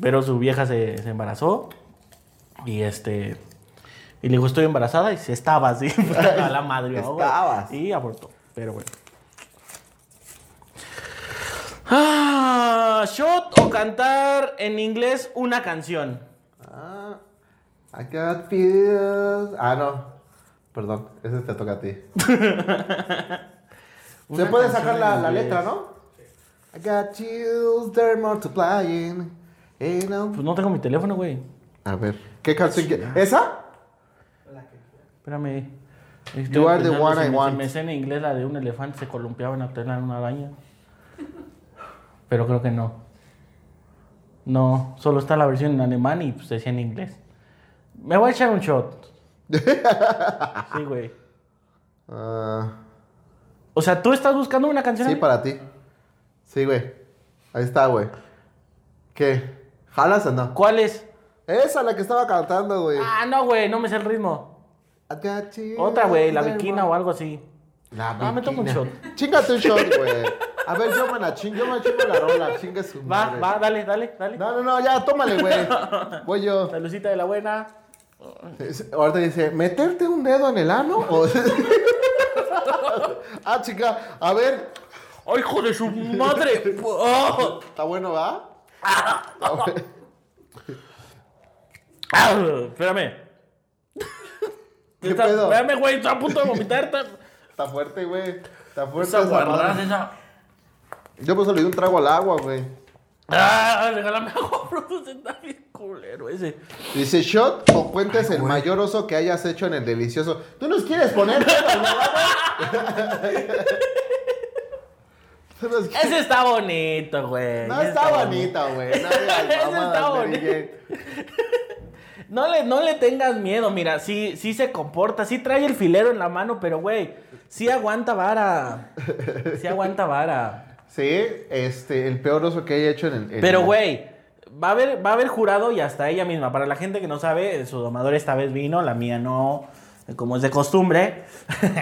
Pero su vieja se, se embarazó. Y este. Y le dijo, estoy embarazada. Y se estaba así. [laughs] pues, A la madre. ¿no, güey? Estabas. Y abortó. Pero bueno. Ah, shot o cantar en inglés una canción. Ah, I got feels. Ah, no. Perdón, ese te toca a [laughs] ti. Se Una puede canción sacar en la, la inglés. letra, ¿no? I got chills, they're multiplying. you know. Pues no tengo mi teléfono, güey. A ver, ¿qué canción quieres? ¿Esa? Espérame. You are the Estoy one pensando si I me- want. Si me sé en inglés la de un elefante se columpiaba en la tela de una araña. Pero creo que no. No, solo está la versión en alemán y pues decía en inglés. Me voy a echar un shot. [laughs] Sí, güey. Ah, O sea, tú estás buscando una canción. sí, amigo? para ti. Sí, güey. Ahí está, güey. ¿Qué? ¿Jalas o no? ¿Cuál es? Esa la que estaba cantando, güey. Ah, no, güey, no me sé el ritmo. I got chills, Otra, güey, la they're bikina o algo así. La Ah, me tomo un bikina. shot. Chingate un [laughs] shot, güey. A ver, yo me la chingo, yo me chingo la rola, chinga su Va, madre. va, dale, dale, dale. No, no, no, ya, tómale, güey. Voy yo. La lucita de la buena. Es- Ahorita dice, ¿meterte un dedo en el ano? O- [laughs] ah, chica, a ver. ¡Ay, hijo de su madre! [laughs] ¡Oh! Está bueno, [laughs] ¿va? Ah, espérame. ¿Qué Está- pedo? Espérame, güey, estoy a punto de vomitar. Está, Está fuerte, güey. Está fuerte esa esa guarrada, madre. esa. Yo por eso le di un trago al agua, güey. Ah, regálame agua, bro. [laughs] Se está bien culero ese. Dice, shot o cuentes el mayor oso que hayas hecho en el delicioso. ¿Tú nos quieres poner? [laughs] ¿Tú nos quieres- Ese está bonito, güey. Pues, No Ese está bonita, güey. No [laughs] digas Ese está mamadas, Mary bonito. Jane. No le, no le tengas miedo, mira. Sí, sí se comporta. Sí trae el filero en la mano, pero, güey, sí aguanta vara. Sí aguanta vara. Sí, este, el peor oso que haya hecho en el. en Pero, el- güey, va a, haber, va a haber jurado y hasta ella misma. Para la gente que no sabe, su domador esta vez vino, la mía no, como es de costumbre.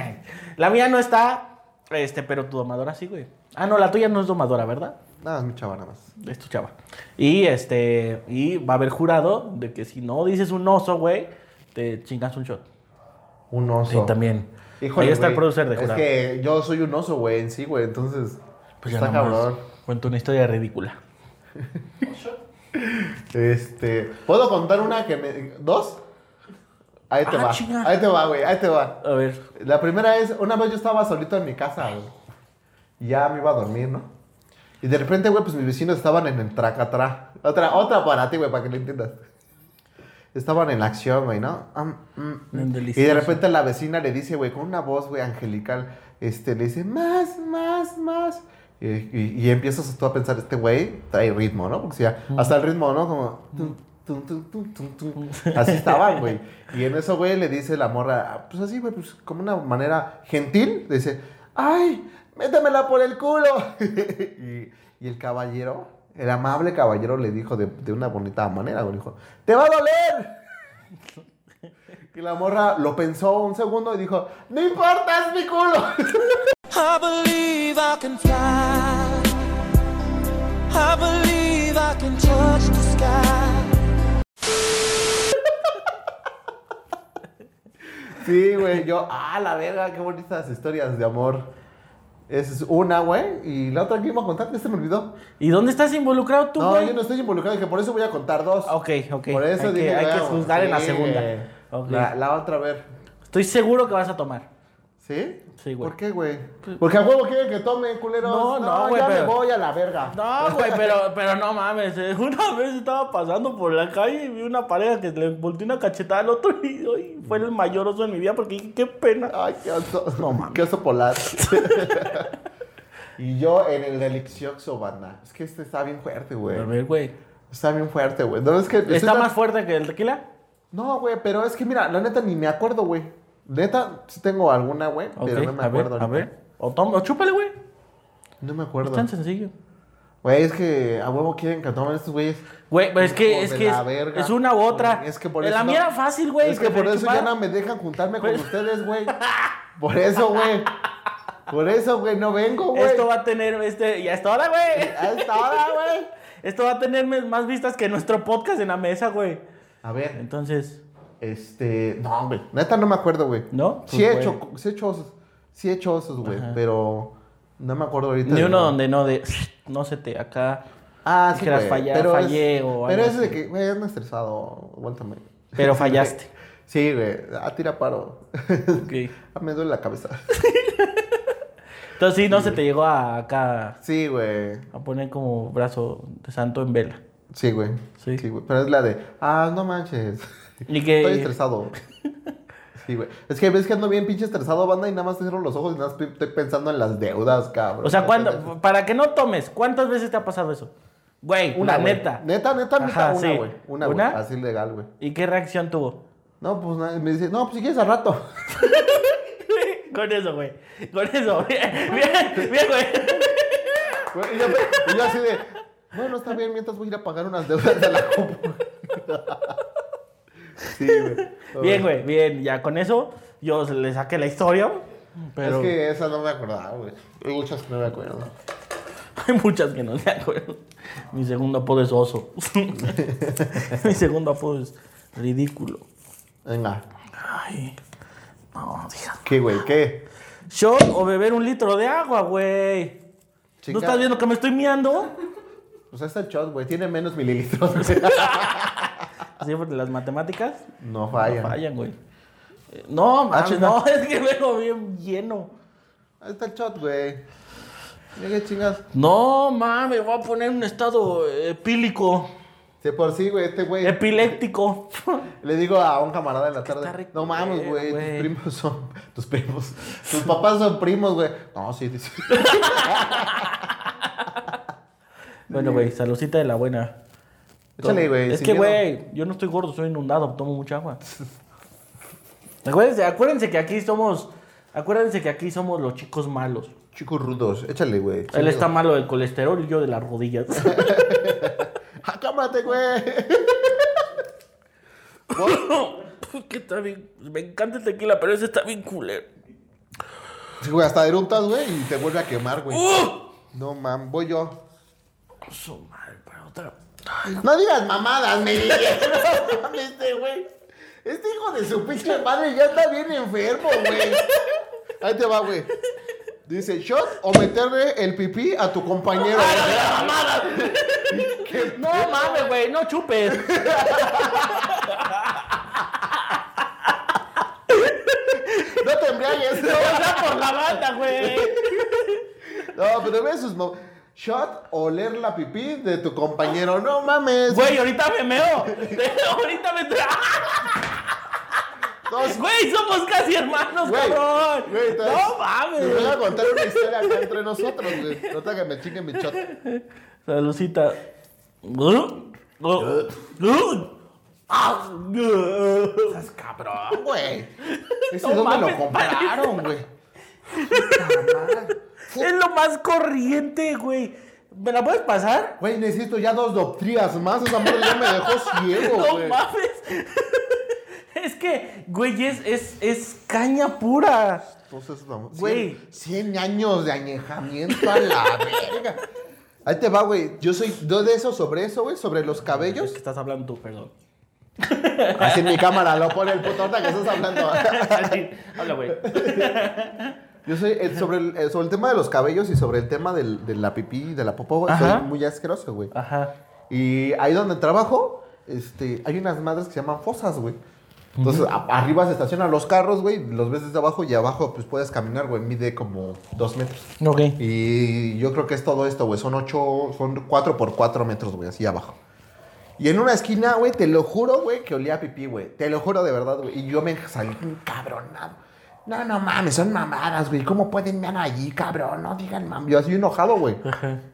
[laughs] la mía no está, este, pero tu domadora sí, güey. Ah, no, la tuya no es domadora, ¿verdad? Nada, es mi chava, nada más. Es tu chava. Y, este, y va a haber jurado de que si no dices un oso, güey, te chingas un shot. Un oso. Sí, también. Híjole, Ahí está el güey. producer de jurado. Es que yo soy un oso, güey, en sí, güey. Entonces, Pues ya está nomás cabrón. Cuento una historia ridícula. Este, ¿puedo contar una que me. ¿Dos? Ahí te Ah, va. chinga. Ahí te va, güey. Ahí te va. A ver. La primera es, una vez yo estaba solito en mi casa, güey. Ya me iba a dormir, ¿no? Y de repente, güey, pues mis vecinos estaban en el tracatrá. Otra, otra para ti, güey, para que lo entiendas. Estaban en la acción, güey, ¿no? Am, mm, En mm. y delicioso. de repente la vecina le dice, güey, con una voz, güey, angelical, este, le dice, más, más, más. Y, y- y empiezas tú a pensar, este güey trae ritmo, ¿no? Porque si ya- hasta el ritmo, ¿no? Como... tum, tum, tum, tum, tum, tum. Así estaban, güey. Y en eso, güey, le dice la morra, ah, pues así, güey, pues como una manera gentil, le dice, ¡ay, métamela por el culo! [laughs] y, y el caballero, el amable caballero le dijo de, de una bonita manera, güey, dijo, ¡te va a doler! Y la morra lo pensó un segundo y dijo, ¡no importa, es mi culo! [laughs] I believe I can fly. I believe I can touch the sky. Sí, güey, yo, ah, la verga, qué bonitas historias de amor. Esa es una, güey, y la otra que iba a contar, ya se me olvidó. ¿Y dónde estás involucrado tú, no, güey? yo no estoy involucrado, dije, por eso voy a contar dos. Ah, Ok, ok. Por eso hay dije, que, hay que bueno, juzgar en la sí, segunda. eh, Ok. La, la otra, a ver. Estoy seguro que vas a tomar. ¿Sí? Sí, güey. Pues ¿Por qué, güey? Porque a huevo quieren que tome, culeros. No, no, güey, Ya pero- me voy a la verga. No, güey, pero, pero no mames. eh. [laughs] Una vez estaba pasando por la calle y vi una pareja que le volteó una cachetada al otro y, ay, fue el mayor oso de mi vida porque dije, qué pena. Ay, qué oso. No mames. Qué oso [laughs] polar. y yo en el delicioso, banda. Es que este está bien fuerte, güey. A ver, güey. Está bien fuerte, güey. No, es que. estoy ¿Está tan- más fuerte que el tequila? No, güey, pero es que mira, la neta ni me acuerdo, güey. Neta, sí tengo alguna, güey, Ok, pero no me a ver, acuerdo. a ahorita. ver. O, toma- o chúpale, güey. No me Es acuerdo. tan sencillo. Güey, es que a huevo quieren que tomen estos güeyes. Güey, pero es que, Hijos es, de que es, la verga. es una u otra. Es que por la eso mía no- era fácil, güey. Es que por preferí eso ya chupar. no me dejan juntarme con Pero- ustedes, [laughs] güey. Por eso, güey. Por eso, güey, no vengo, güey. Esto va a tener, este, ya está ahora, güey. A esta hora, güey. Esto va a tener mes- más vistas que nuestro podcast en la mesa, güey. A ver, Entonces, este. No, güey. Neta no me acuerdo, güey. ¿No? Sí, Pues, he hecho, güey. sí he hecho osos. Sí he hecho osos, güey. Pero no me acuerdo ahorita. ni de- uno donde no de, no se te acá. Ah, sí, Dijeras, güey, falla- pero fallé es, o Pero algo es de así. que, güey, ando estresado, aguántame. [laughs] Pero fallaste. Sí, güey, ah, tira paro. [laughs] Ok. Ah, me duele la cabeza. [laughs] Entonces sí, no se te llegó a acá Sí, güey, a poner como brazo de santo en vela. sí, güey. Sí. Sí, güey, pero es la de, ah, no manches. [laughs] Y que- Estoy estresado. [laughs] Sí, güey. Es que ves que ando bien pinche estresado, banda, y nada más te cierro los ojos y nada más estoy pensando en las deudas, cabrón. O sea, ¿cuándo, para que no tomes, ¿cuántas veces te ha pasado eso? Güey, Una, la güey. neta. Neta, neta, neta, Ajá, una, sí. güey. Una, güey. ¿Una? Así legal, güey. ¿Y qué reacción tuvo? [laughs] No, pues nada, me dice, no, pues si quieres al rato. Con eso, güey. Con eso. [laughs] Bien, bien, bien, güey. [laughs] Güey, Y yo, y yo así de, bueno, está bien, mientras voy a ir a pagar unas deudas de la compu. [laughs] Sí, güey. [laughs] Bien, güey. Bien, ya con eso yo le saqué la historia. Pero Es que esa no me acordaba, güey. Hay muchas que no me acuerdo. [laughs] hay muchas que no se acuerdan. Mi segundo apodo es oso. [laughs] Mi segundo apodo es ridículo. Venga. Ay. No, diga. ¿Qué, güey? ¿Qué? Shot o beber un litro de agua, güey. ¿No Chinga. estás viendo que me estoy miando? Pues es el shot, güey. Tiene menos mililitros. [laughs] Siempre las matemáticas No falla. fallan, no fallan güey. Eh, No, mames, chinga. no, [laughs] es que vengo bien lleno. Ahí está el shot, güey. Mira qué chingas. No, mames, voy a poner un estado epílico, De por sí, güey, este güey. epiléptico. [laughs] Le digo a un camarada en la tarde, está rico, no mames, güey, güey. tus primos son, [laughs] tus primos, tus papás son primos, güey. No, sí, [laughs] dice. bueno, güey, saludcita de la buena. Échale, güey. Es sin que, miedo. güey, yo no estoy gordo, soy inundado, tomo mucha agua. [laughs] acuérdense, acuérdense que aquí somos, acuérdense que aquí somos los chicos malos. Chicos rudos, échale, güey. Él está malo del colesterol y yo de las [laughs] rodillas. Acámate, güey. que está bien, me encanta el tequila, pero ese está bien culero. Sí, güey, hasta eructas, güey, y te vuelve a quemar, güey. No, mam, voy yo. ¡Uh! Su madre, para otra. No digas mamadas, me dije. [laughs] No mames, este, güey. Este hijo de su pinche madre ya está bien enfermo, güey. Ahí te va, güey. Dice, shot o meterle el pipí a tu [laughs] compañero. No mames, güey, no chupes. No te embriagues. Está por la banda, güey. No, pero ve sus mam- Shot o leer la pipí de tu compañero. No mames. Güey, ahorita me meo. [laughs] ahorita me tra... No, sí, Güey, somos casi hermanos, Güey, cabrón. güey, entonces, no Les voy a mames. contar una historia acá entre nosotros, güey. No te hagas que me chinguen mi shot. Salucita. ¡Ah! Cabrón, Ah, güey. Ese No dónde mames, lo compraron, güey. Es lo más corriente, güey. ¿Me la puedes pasar? Güey, necesito ya dos doctrías más. Esa madre ya me dejó ciego, No güey. mames. [laughs] Es que, güey, es, es, es caña pura. Entonces, vamos. Güey. 100 años de añejamiento a la verga. Ahí te va, güey. Yo soy dos de esos sobre eso, güey. Sobre los cabellos. [laughs] Es que estás hablando tú, perdón. Así en mi cámara lo pone el puto ahorita que estás hablando. Así, Habla, güey. Yo soy eh, sobre, el, eh, sobre el tema de los cabellos y sobre el tema del- de la pipí y de la popó, güey, Ajá. soy muy asqueroso, güey. Ajá. Y ahí donde trabajo, este, hay unas madres que se llaman fosas, güey. Entonces, a- arriba se estacionan los carros, güey, los ves desde abajo y abajo, pues puedes caminar, güey, mide como dos metros. Ok. Y yo creo que es todo esto, güey. Son ocho, son cuatro por cuatro metros, güey, así abajo. Y en una esquina, güey, te lo juro, güey, que olía a pipí, güey. Te lo juro de verdad, güey. Y yo me salí cabronado. No, no mames, son mamadas, güey. ¿Cómo pueden ver allí, cabrón? No digan mames. Yo así enojado, güey.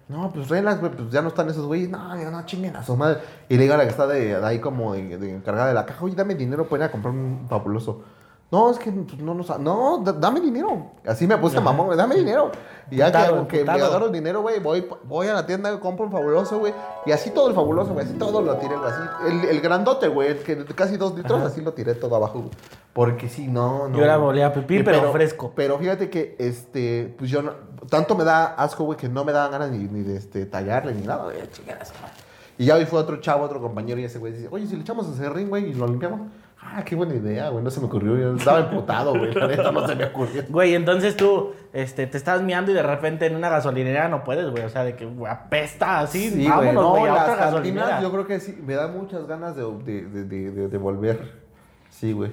No, pues relax, güey. Pues ya no están esos güeyes. No, yo no chinguen a su madre. Y le digo a la que está de, de ahí como de, de encargada de la caja, oye, dame dinero para ir a comprar un fabuloso. No, es que pues, no nos. ha- No, da- dame dinero. Así me puse mamón, güey. Dame dinero. Y ya que, Putado, que me putado. agarro el dinero, güey, voy, voy a la tienda, compro un fabuloso, güey. Y así todo el fabuloso, güey. Así todo lo tiré, güey. Así, el, el grandote, güey, el que de casi dos litros, así lo tiré todo abajo, güey. Porque sí, no, no. Yo ahora volé a pipí, Y pero fresco. Pero fíjate que, este, pues yo no, tanto me da asco, güey, que no me da ganas ni, ni de este, tallarle ni nada, güey. chingada esa madre. Y ya hoy fue otro chavo, otro compañero, y ese güey dice, oye, si le echamos a serrín, güey, y lo limpiamos. Ah, qué buena idea, güey, no se me ocurrió. Yo estaba emputado, güey, la neta no se me ocurrió. Güey, entonces tú este, te estás miando y de repente en una gasolinera no puedes, güey. O sea, de que güey, apesta así. Sí, güey, vámonos, no, güey, a las otra cantinas, gasolinera. yo creo que sí, me da muchas ganas de, de, de, de- de- de volver. Sí, güey.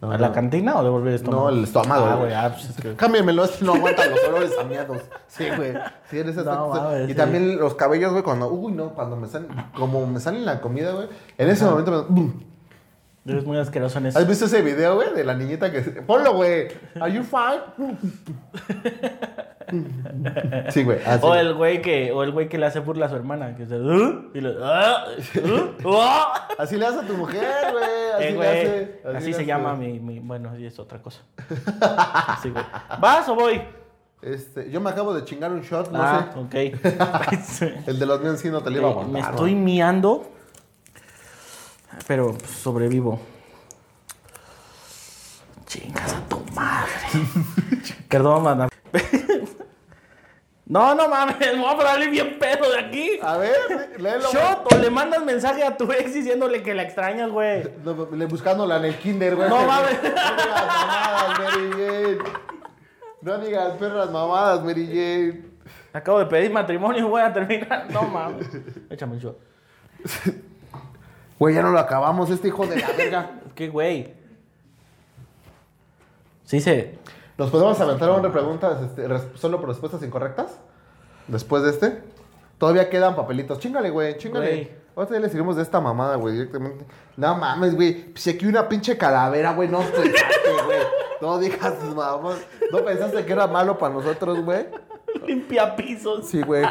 No, ¿A la no. cantina o devolver el No, estómago? el estómago, Ah, güey. güey, ah, pues es que- Cámbiamelo, este no aguanta los olores a miados. Sí, güey. Sí, en ese No, aspecto. mames, y sí. también los cabellos, güey, cuando. Uy, no, cuando me salen. Como me salen la comida, güey. En ese momento me. ¡Bum! Eres muy asqueroso en eso. ¿Has visto ese video, güey? De la niñita que. se- Ponlo, güey. ¿Are you fine? Sí, güey. así. O el güey que, o el güey que le hace burla a su hermana, que dice, "¿Ah?", y lo, "Ah, ¿ah? ¿ah?". Así le hace a tu mujer, güey. [laughs] Así Eh, le güey, hace. así, le se hace. llama mi, mi- bueno, y es otra cosa. [laughs] Así, güey. ¿Vas o voy? Este, yo me acabo de chingar un shot, no ah, sé. ok. [laughs] El de los míos sí no te lo iba a aguantar. Eh, me güey. estoy miando, pero sobrevivo. Chingas a tu [laughs] madre. Perdón, mana. no, no mames, me voy a poner bien pedo de aquí. A ver, léelo. güey. Shot, o le mandas mensaje a tu ex diciéndole que la extrañas, güey. No, le- buscándola en el kinder, güey. No mames. No digas mamadas, Mary Jane. No digas perras mamadas, Mary Jane. Acabo de pedir matrimonio y voy a terminar. No mames. [laughs] Échame un shot. Güey, ya no lo acabamos, este hijo de la verga. ¿Qué, güey? Sí, se. ¿Nos podemos aventar una pregunta este, res- solo por respuestas incorrectas? Después de este. Todavía quedan papelitos. Chingale, güey, Güey. chingale. Ahorita ya le seguimos de esta mamada, güey, directamente. No mames, güey. Si aquí una pinche calavera, güey, no [laughs] pensaste, güey. No digas tus mamás. No pensaste que era malo para nosotros, güey. Limpia pisos. Sí, güey.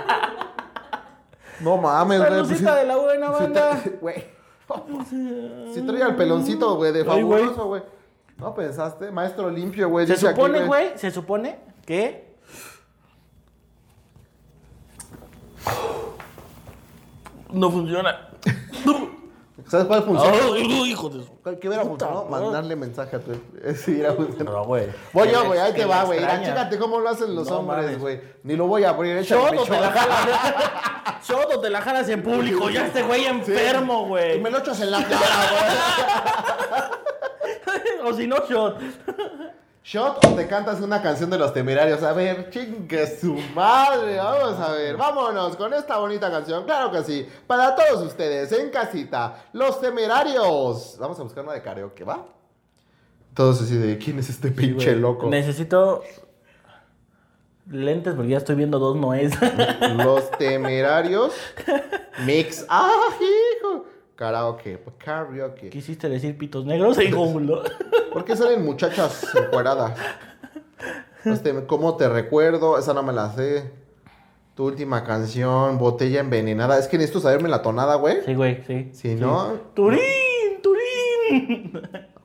No mames, La güey. pues lucita sí- de la buena sí banda. tra- [laughs] Güey. [laughs] Sí traía el peloncito, güey, de Ay, güey. fabuloso, güey. No pensaste, maestro limpio, güey. Se dice aquí, supone, güey, se supone que. No funciona. ¿Sabes cuál Oh, funciona? hijo de su. ¿Cuál- ¿Qué hubiera funcionado? madre. Mandarle mensaje a tu ex. [laughs] Sí, era funcionado. No, güey. Voy yo, güey, ahí te Que va, la güey. Mira, extraña. Chécate cómo lo hacen los No hombres, mames. güey. Ni lo voy a abrir. Shot échame o te la shot. [laughs] jalas. Shot o te la jalas en público. Ya este güey enfermo, Y güey. me lo echas en la cara, güey. [laughs] o si no, shot. ¿Shot o te cantas una canción de los temerarios? A ver, chingue su madre. Vamos a ver, vámonos con esta bonita canción. Claro que sí. Para todos ustedes, en casita, los temerarios. Vamos a buscar una de karaoke, ¿va? Todos así de, ¿quién es este pinche loco? Necesito lentes porque ya estoy viendo dos noes. [laughs] Los temerarios. Mix. ¡Ah, hijo! Karaoke, pues, karaoke. Quisiste decir [laughs] pitos negros, hijo mundo. ¿Por qué salen muchachas encueradas? Los tem- ¿Cómo te recuerdo? Esa no me la sé. Tu última canción, Botella Envenenada. Es que necesito saberme la tonada, güey. Sí, güey, sí. Si no, Turín, Turín.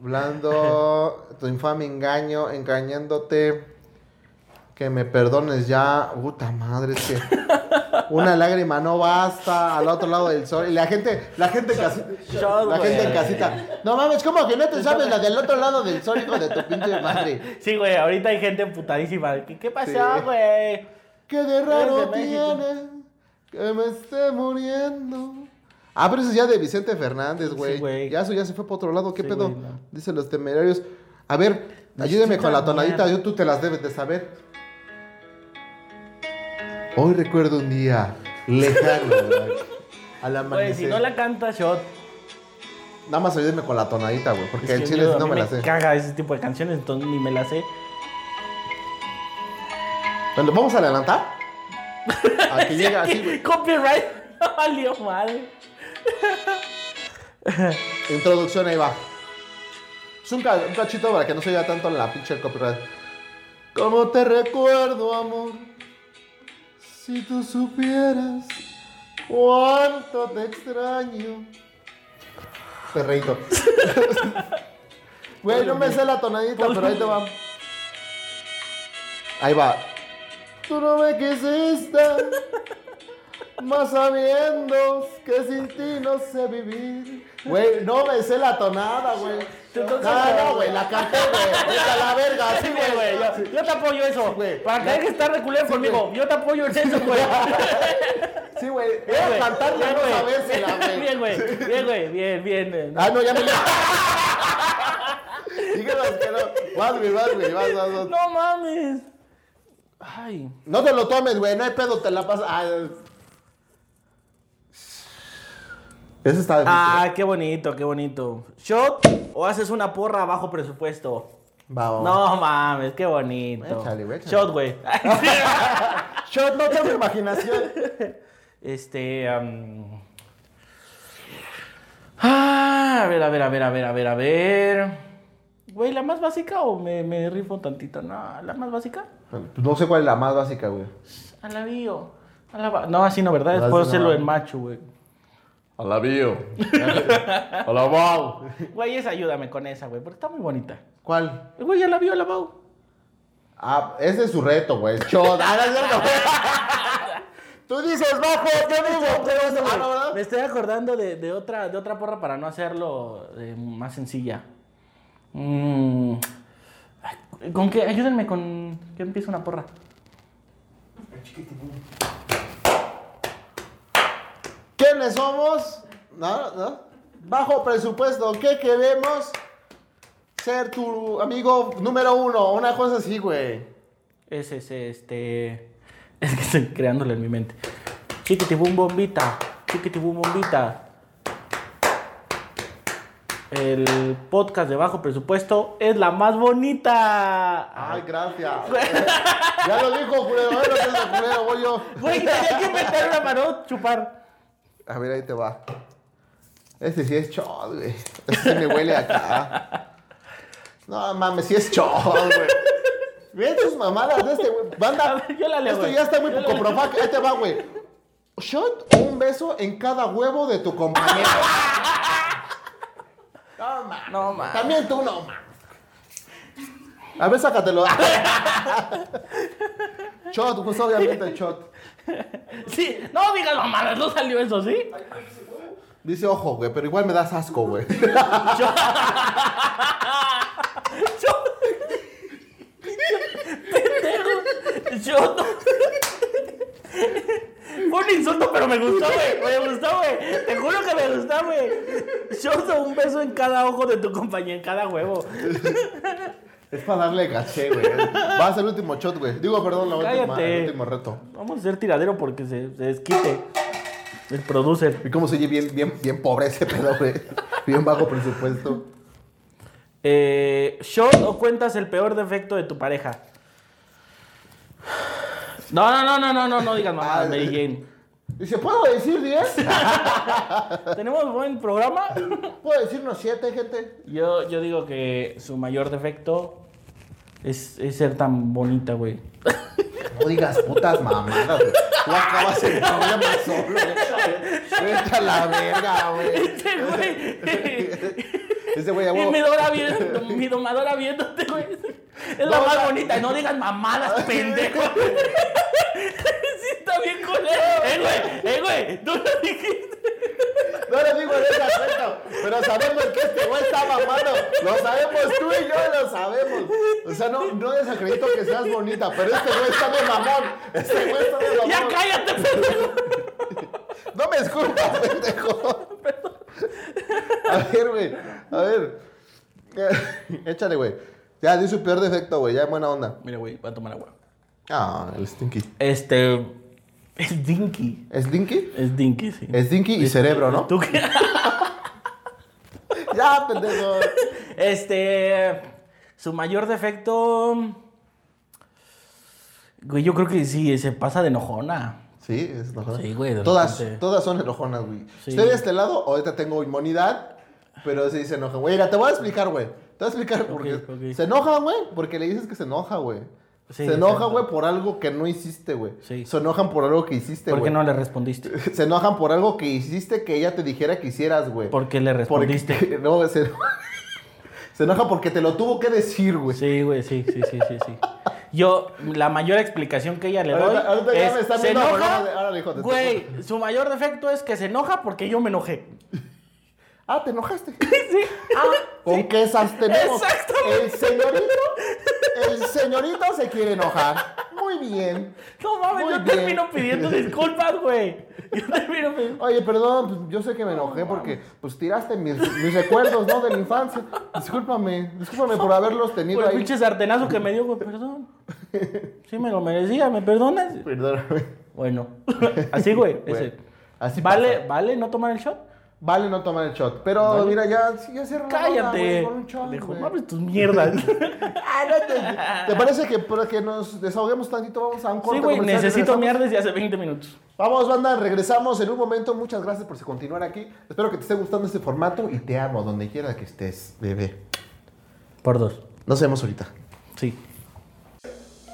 hablando tu infame engaño, engañándote. Que me perdones ya. Puta madre, es que una lágrima no basta al otro lado del sol. Y la gente, la gente, en casi- shot, la gente en güey. casita. No mames, ¿cómo que no te sabes la del otro lado del sol, hijo de tu pinche madre? Sí, güey, ahorita hay gente emputadísima. ¿Qué, qué Sí. pasó, güey? ¿Qué de raro Desde México. tiene que me esté muriendo? Ah, pero eso es ya de Vicente Fernández, güey. güey. ya eso ya se fue para otro lado, ¿qué Sí, pedo? güey, no. Dicen los temerarios. A ver, ayúdame con la tonadita, yo tú te las debes de saber. Hoy recuerdo un día [laughs] lejano, güey. Al amanecer. Güey, si no la canta Shot. Nada más ayúdeme con la tonadita, güey, porque Es en que Chile yo- a no mí me la sé. caga ese tipo de canciones, entonces ni me la sé. Bueno, ¿Vamos a [laughs] adelantar? A que llegue así, Ah, güey. Copyright. [laughs] Valió madre. Introducción, ahí va. Es un, ca- un cachito para que no se oiga tanto la pinche copyright. ¿Cómo te recuerdo, amor? Si tú supieras cuánto te extraño. Perreito. [laughs] Güey, no me sé la tonadita, pero ahí te va. Ahí va. Tú no me quisiste, más sabiendo que sin ti no sé vivir. Güey, no me sé la tonada, güey. Ah, Entonces, No, no, güey, la canté, güey. Vete a la verga, sí, Sí, güey, güey, yo, yo te apoyo eso. güey. Para que dejes de estar reculero conmigo. Yo te apoyo en eso, [laughs] güey. Sí, güey. Bien, Era güey. cantarla, Bien, no güey. sabérsela, [laughs] Bien, güey. güey. Bien, güey. Bien, bien. eh. Ah, no, ya me Díganos que no. Vas, güey, vas, güey, vas, vas, vas. No mames. Ay. No te lo tomes, güey, no hay pedo, te la pasas. Ah, eso está difícil. Ah, qué bonito, qué bonito. ¿Shot o haces una porra a bajo presupuesto? Vamos. No mames, qué bonito. Échale, güey, échale. Shot, güey. Shot, no tengo imaginación. [laughs] Este. am, ah, a ver, a ver, a ver, a ver, a ver, a ver. Güey, ¿la más básica o me, me rifo tantito? No, ¿la más básica? No sé cuál es la más básica, güey. A la bio. A la ba- No, así no, ¿verdad? No, Puedo así hacerlo no. en macho, güey. A la bio. [laughs] A la wow. Güey, esa ayúdame con esa, güey, porque está muy bonita. ¿Cuál? Güey, ya la vio, la Bau. Ah, ese es su reto, güey. Shot. Ah, no es [laughs] cierto, güey. Tú dices bajo, yo digo, pero es bajo, ¿verdad? Me estoy acordando de, de otra, de otra porra para no hacerlo eh, más sencilla. Mm, ay, ¿Con qué? Ayúdenme con. ¿Qué empieza una porra? ¿Quiénes somos? No, no. Bajo presupuesto, ¿qué queremos? Ser tu amigo número uno, una cosa así, güey. Es ese, este. [laughs] Es que estoy creándolo en mi mente. Chiquitibum bombita. Chiquitibum bombita. El podcast de bajo presupuesto es la más bonita. Ay, [laughs] gracias. ya lo dijo, culero, a ver lo que es de culero, voy yo. Güey, tenía que inventar una para no chupar. A ver, ahí te va. Este sí es chod, güey. Este sí me huele acá. No mames, sí es chod, güey. Ve tus mamadas de este, güey. A Banda, ver, yo la leo, esto güey. ya está muy Yo la poco leo. profac. Ahí te va, güey. Shot o un beso en cada huevo de tu compañero. No mames. No mames. También tú no mames. A ver, sácatelo. shot, pues obviamente shot. Sí, no digas mamadas, no salió eso, ¿sí? Dice ojo, güey, pero igual me das asco, güey. Yo no. Fue un insulto, pero me gustó, güey. Me gustó, güey. Te juro que me gustó, güey. Yo doy un beso en cada ojo de tu compañía, en cada huevo. Es para darle caché, güey. Va a ser el último shot, güey. Digo, perdón, la última, Cállate. el último reto. Vamos a hacer tiradero porque se, se desquite. El producer. Y cómo se oye bien, bien, bien pobre ese pedo, güey. Bien bajo presupuesto. Eh, ¿Shot o cuentas el peor defecto de tu pareja? No, no, no, no, no, no, no digas mamadas, Mary Jane. Dice, ¿puedo decir 10? ¿Tenemos buen programa? ¿Puedo decirnos 7, gente? Yo, yo digo que su mayor defecto es, es ser tan bonita, güey. [laughs] No digas putas mamadas, güey. Tú acabas el problema solo, güey. Vete a la verga, güey. Este güey. Ese güey, a Y mi, huevo. dora viendo, mi domadora viéndote, güey. Es la No, más la- bonita. No [laughs] digas mamadas, pendejo. sí, está bien [laughs] culero. Eh, güey. Eh, güey. Tú lo dijiste. No le digo en ese aspecto, pero sabemos que este güey está mamando. Lo sabemos tú y yo, lo sabemos. O sea, no, no desacredito que seas bonita, pero este güey está de mamón. Este güey está de mamón. Ya cállate, pendejo. No me escupas, pendejo. A ver, güey. A ver. Eh, Échale, güey. Ya, di su peor defecto, güey. Ya, buena onda. Mira, güey, voy a tomar agua. Ah, el Stinky. Este. Es Dinky. ¿Es Dinky? Es Dinky, sí. Es Dinky y cerebro, ¿no? ¿Tú qué? Ya, pendejo. Este. Su mayor defecto. Güey, yo creo que sí, se pasa de enojona. Sí, es enojona. Sí, güey, de Todas, repente. todas son enojonas, güey. Sí. Estoy de este lado, ahorita tengo inmunidad, pero sí se enoja. Güey, mira, te voy a explicar, güey. Te voy a explicar por qué. ok. Se enoja, güey, porque le dices que se enoja, güey. Sí, se enoja, exacto. güey, por algo que no hiciste, güey. Sí. Se enojan por algo que hiciste, güey. ¿Por qué no le respondiste? [laughs] Se enojan por algo que hiciste que ella te dijera que hicieras, güey. ¿Por qué le Porque- respondiste? no, se... se enoja porque te lo tuvo que decir, [laughs] güey. Sí, güey, sí, sí, sí, sí, sí. Yo, la mayor explicación que ella le doy Ahorita- ahorita ya es, me están se viendo la enoja, corona de- órale, hijo de tu güey, su mayor defecto es que se enoja porque yo me enojé. Ah, te enojaste. [laughs] Ah, Sí. ¿Con qué esas tenemos? Exactamente. El señorito, el señorito se quiere enojar. Muy bien. No mames, Muy yo bien. termino [laughs] pidiendo disculpas, güey. Yo termino pidiendo... Oye, perdón, pues, yo sé que me enojé porque pues tiraste mis, mis recuerdos, ¿no? De la infancia. Discúlpame, discúlpame por haberlos tenido Por el ahí. pinche sartenazo que me dio, güey, perdón. Sí me lo merecía, ¿me perdonas? Perdóname. Bueno, así, güey. Güey, ese. así ¿Vale, pasa. ¿Vale no tomar el shot? Vale no tomar el shot. Pero mira, ya, sí, ya cierra la onda, güey, Cállate. con un shot, Dijo, güey. no pues, hables tus mierdas. [laughs] Ah, no [laughs] te, ¿Te parece que para que nos desahoguemos tantito vamos a un corte? Sí, güey, comercial y necesito regresamos? mierdas desde hace 20 minutos. Vamos, banda, regresamos en un momento. Muchas gracias por continuar aquí. Espero que te esté gustando este formato y te amo donde quiera que estés, bebé. Por dos. Nos vemos ahorita. Sí.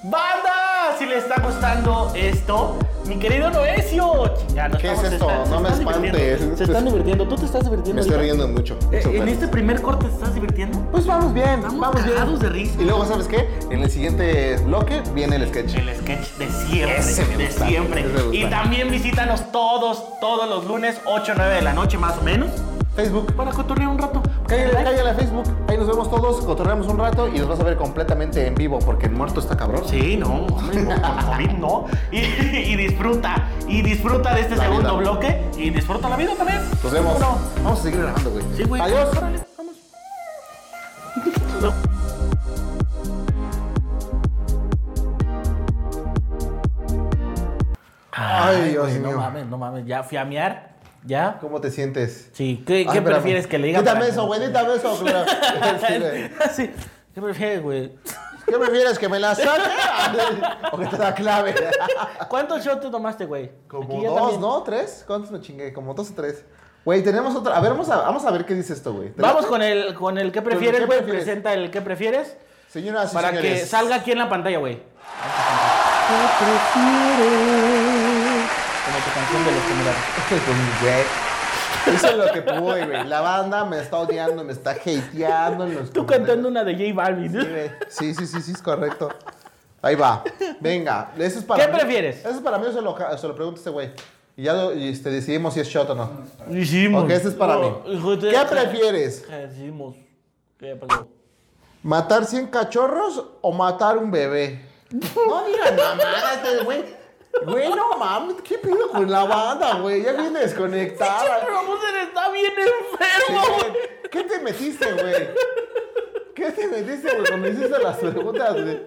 ¡Banda! Si le está gustando esto, mi querido Noesio. Chingada, ¿Qué estamos- es esto? se No me están espantes. divirtiendo. Se están divirtiendo. ¿Tú te estás divirtiendo? ahorita? mucho. Eh, Súper. ¿En este primer corte te estás divirtiendo? Pues vamos bien, vamos, Estamos bien. cagados de risa. Y luego, ¿sabes qué? En el siguiente bloque viene el sketch. El sketch de siempre, Ese me de gusta, siempre. ese me gusta. Y también visítanos todos, todos los lunes, 8 o 9 de la noche más o menos, Facebook. para cotorrear un rato. Cállale, ¿Verdad? cállale a Facebook. Ahí nos vemos todos, cotorreamos un rato y nos vas a ver completamente en vivo porque el muerto está cabrón. Sí, no, hombre, no, con COVID no. [laughs] Y, y disfruta, y disfruta de este La segundo vida. bloque y disfruta la vida también. Nos vemos. ¿Cómo no? Vamos a seguir grabando, güey. Sí, güey. Adiós. Órale, vamos. Ay, Dios Güey, mío. no mames, no mames, ya fui a miar, ya. ¿Cómo te sientes? Sí, ¿qué, Ay, qué Ah, espérame. prefieres que le diga? Quítame para- eso, güey, quítame eso, claro. [laughs] [laughs] Sí, güey. Sí. ¿Qué prefieres, güey? ¿Qué prefieres, que me la [laughs] saque o que te da clave? ¿Cuántos shots te tomaste, güey? Como Aquí ya dos, también. ¿no? ¿Tres? ¿Cuántos me chingué? Como dos o tres. Güey, tenemos otra. A ver, vamos a, vamos a ver qué dice esto, güey. Vamos con el, con el que prefieres, qué güey. prefieres? Presenta el que prefieres Señoras y para señores. [laughs] que salga aquí en la pantalla, güey. Como tu canción de los temerarios. Güey. Eso es lo que pude, güey. La banda me está odiando, me está hateando en los Tú comentarios. cantando una de J Balvin. Sí, güey. Sí, sí, sí, sí, es correcto. Ahí va. Venga, eso es para ¿Qué mí. prefieres? Eso es para mí, se lo, se lo pregunto a este güey. Y ya lo- y, este, decidimos si es shot o no. Hicimos. Ok, este es para mí. Oh, hijo de- ¿Qué prefieres? Hicimos. ¿Qué pasó? ¿Matar 100 cachorros o matar un bebé? [laughs] No digas mamadas, este güey. Güey, no mames, ¿qué pido con la banda, güey? Ya viene desconectada. Pero Buster está bien enfermo, güey. [laughs] ¿Qué te metiste, güey? ¿Qué te metiste, güey? Cuando hiciste las preguntas, güey.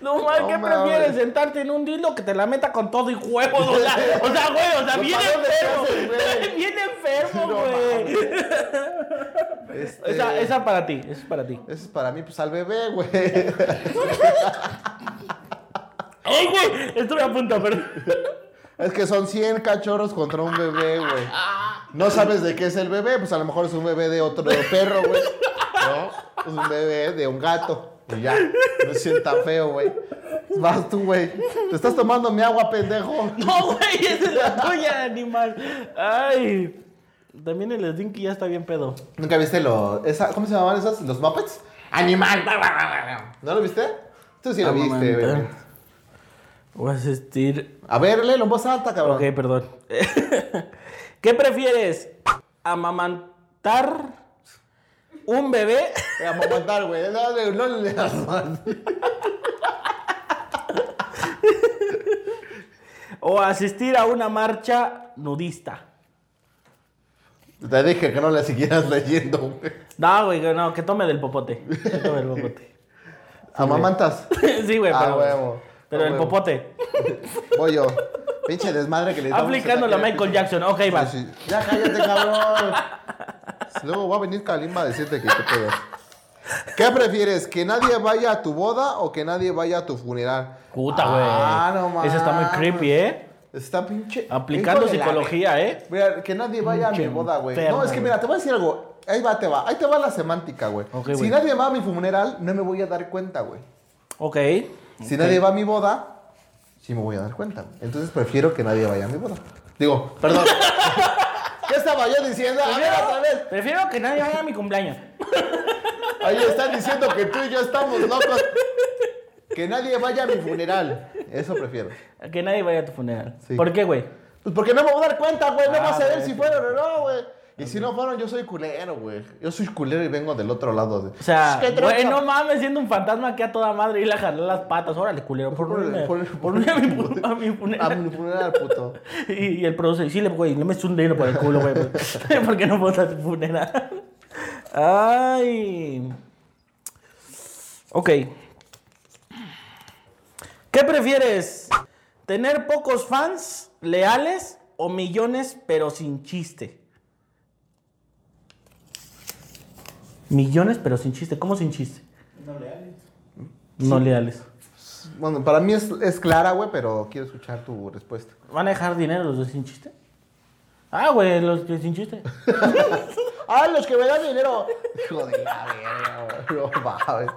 No mal, No ¿qué mames. prefieres? ¿Sentarte en un dildo que te la meta con todo y huevos? O sea, o sea, güey, o sea, Lo bien paró de enfermo. clases, güey. [laughs] Bien enfermo, No güey. Este, Esa, esa para ti, esa es para ti. Eso es para mí, pues al bebé, güey. ¡Ey, ¡Oh, güey! Estuve a punto, perdón. Es que son 100 cachorros contra un bebé, güey. No sabes de qué es el bebé, pues a lo mejor es un bebé de otro perro, güey. No, es un bebé de un gato. Y ya, no se sienta feo, güey. Vas tú, güey. Te estás tomando mi agua, pendejo. [laughs] No, güey, esa es la tuya, animal. Ay. También el Stinky ya está bien pedo. ¿Nunca viste los... ¿Cómo se llamaban esas? ¿Los Muppets? ¡Animal! ¿No lo viste? Tú sí lo viste, güey. Voy a asistir. A ver, léelo en voz alta, cabrón. Ok, perdón. [laughs] ¿Qué prefieres? ¿Amamantar un bebé? Eh, Vamos a aguantar, güey. No, le- no le leas más. O asistir a una marcha nudista. Te dije que no la siguieras leyendo, güey. No, güey, que no, que tome del popote. Que tome del popote. [laughs] Amamantas. Sí, güey, Ah, pero. huevo. Pero Ah, el huevo. popote. [laughs] Voy yo. Pinche desmadre que le damos. Aplicando la Michael Jackson. Ok, va. Sí, sí. Ya cállate, cabrón. Luego va a venir Kalimba a decirte que qué pedo. ¿Qué prefieres? ¿Que nadie vaya a tu boda o que nadie vaya a tu funeral? Puta, güey. Ah, no mames. Ese está muy creepy, ¿eh? Está pinche. Aplicando hijo de la psicología, ¿eh? Mira, que nadie vaya a mi Pinche boda, güey. enfermo, No, es que mira, te voy a decir algo. Ahí va, te va. Ahí te va la semántica, güey. Ok, si güey. nadie va a mi funeral, no me voy a dar cuenta, güey. Ok. Si nadie va a mi boda, sí me voy a dar cuenta. güey. Entonces prefiero que nadie vaya a mi boda. Digo, [laughs] perdón. ¿Qué estaba yo diciendo? Pues A ver, otra vez. Prefiero que nadie vaya a mi cumpleaños. Ahí están diciendo que tú y yo estamos locos. Que nadie vaya a mi funeral. Eso prefiero. A Que nadie vaya a tu funeral. Sí. ¿Por qué, güey? Pues porque no me voy a dar cuenta, güey. No Ah, va a saber güey. si fueron o no, güey. Y si no fueron, yo soy culero, güey. Yo soy culero y vengo del otro lado. De... O sea, ¿Qué güey, tranza? no mames, siendo un fantasma que a toda madre y le jaló las patas. Órale, culero. Por una, por una a mi fu- a mi A mi funeral. funeral, puto. Y, y el producer, sí, le- güey, no me eches un dinero por el culo, güey. pues". [laughs] ¿Por qué no vas a tu funeral? Ay. Ok. ¿Qué prefieres? ¿Tener pocos fans leales o millones pero sin chiste? Millones pero sin chiste. ¿Cómo sin chiste? No leales. No leales. Bueno, para mí es, es clara, güey, pero quiero escuchar tu respuesta. ¿Van a dejar dinero los dos sin chiste? Ah, güey, los que sin chiste. ¡Ah, los que me dan dinero! Hijo de la verga, güey. No mames.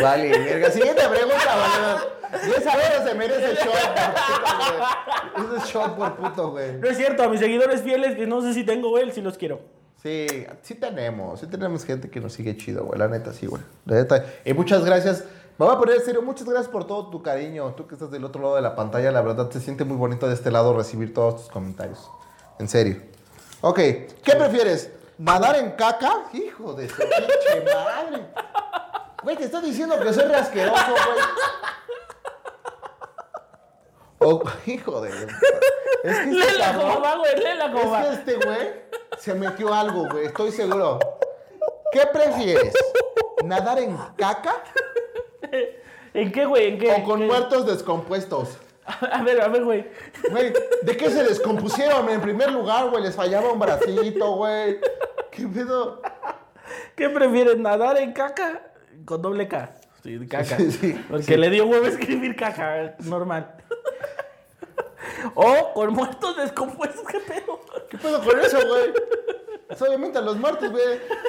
Vale, verga. Siguiente pregunta, vale. Y esa verga se merece shot por puto, güey. Ese shot por puto, güey. No es cierto, a mis seguidores fieles, que no sé si tengo él, si los quiero. Sí, sí tenemos. Sí tenemos gente que nos sigue chido, güey. La neta, sí, güey. La neta. Y muchas gracias. Me voy a poner en serio, muchas gracias por todo tu cariño. Tú que estás del otro lado de la pantalla, la verdad se siente muy bonito de este lado recibir todos tus comentarios. En serio. Ok, ¿qué prefieres? ¿Nadar en caca? Hijo de su pinche madre. Güey, te estoy diciendo que soy rasqueroso, güey. Oh, hijo de. Es que este Lela cabrón- como va, güey, lela como es que va. este güey se metió algo, güey, estoy seguro. ¿Qué prefieres? ¿Nadar en caca ¿En qué, güey? ¿En qué? o con ¿En qué? muertos descompuestos? [laughs] A ver, a ver, güey. Güey, ¿de qué se descompusieron? En primer lugar, güey, les fallaba un bracito, güey. ¿Qué pedo? ¿Qué prefieres, nadar en caca? Con doble K. Sí, de caca. Sí, sí, Porque le dio huevo escribir caca, normal. o con muertos descompuestos, qué pedo. ¿Qué pedo con eso, güey? Solamente a los muertos, güey.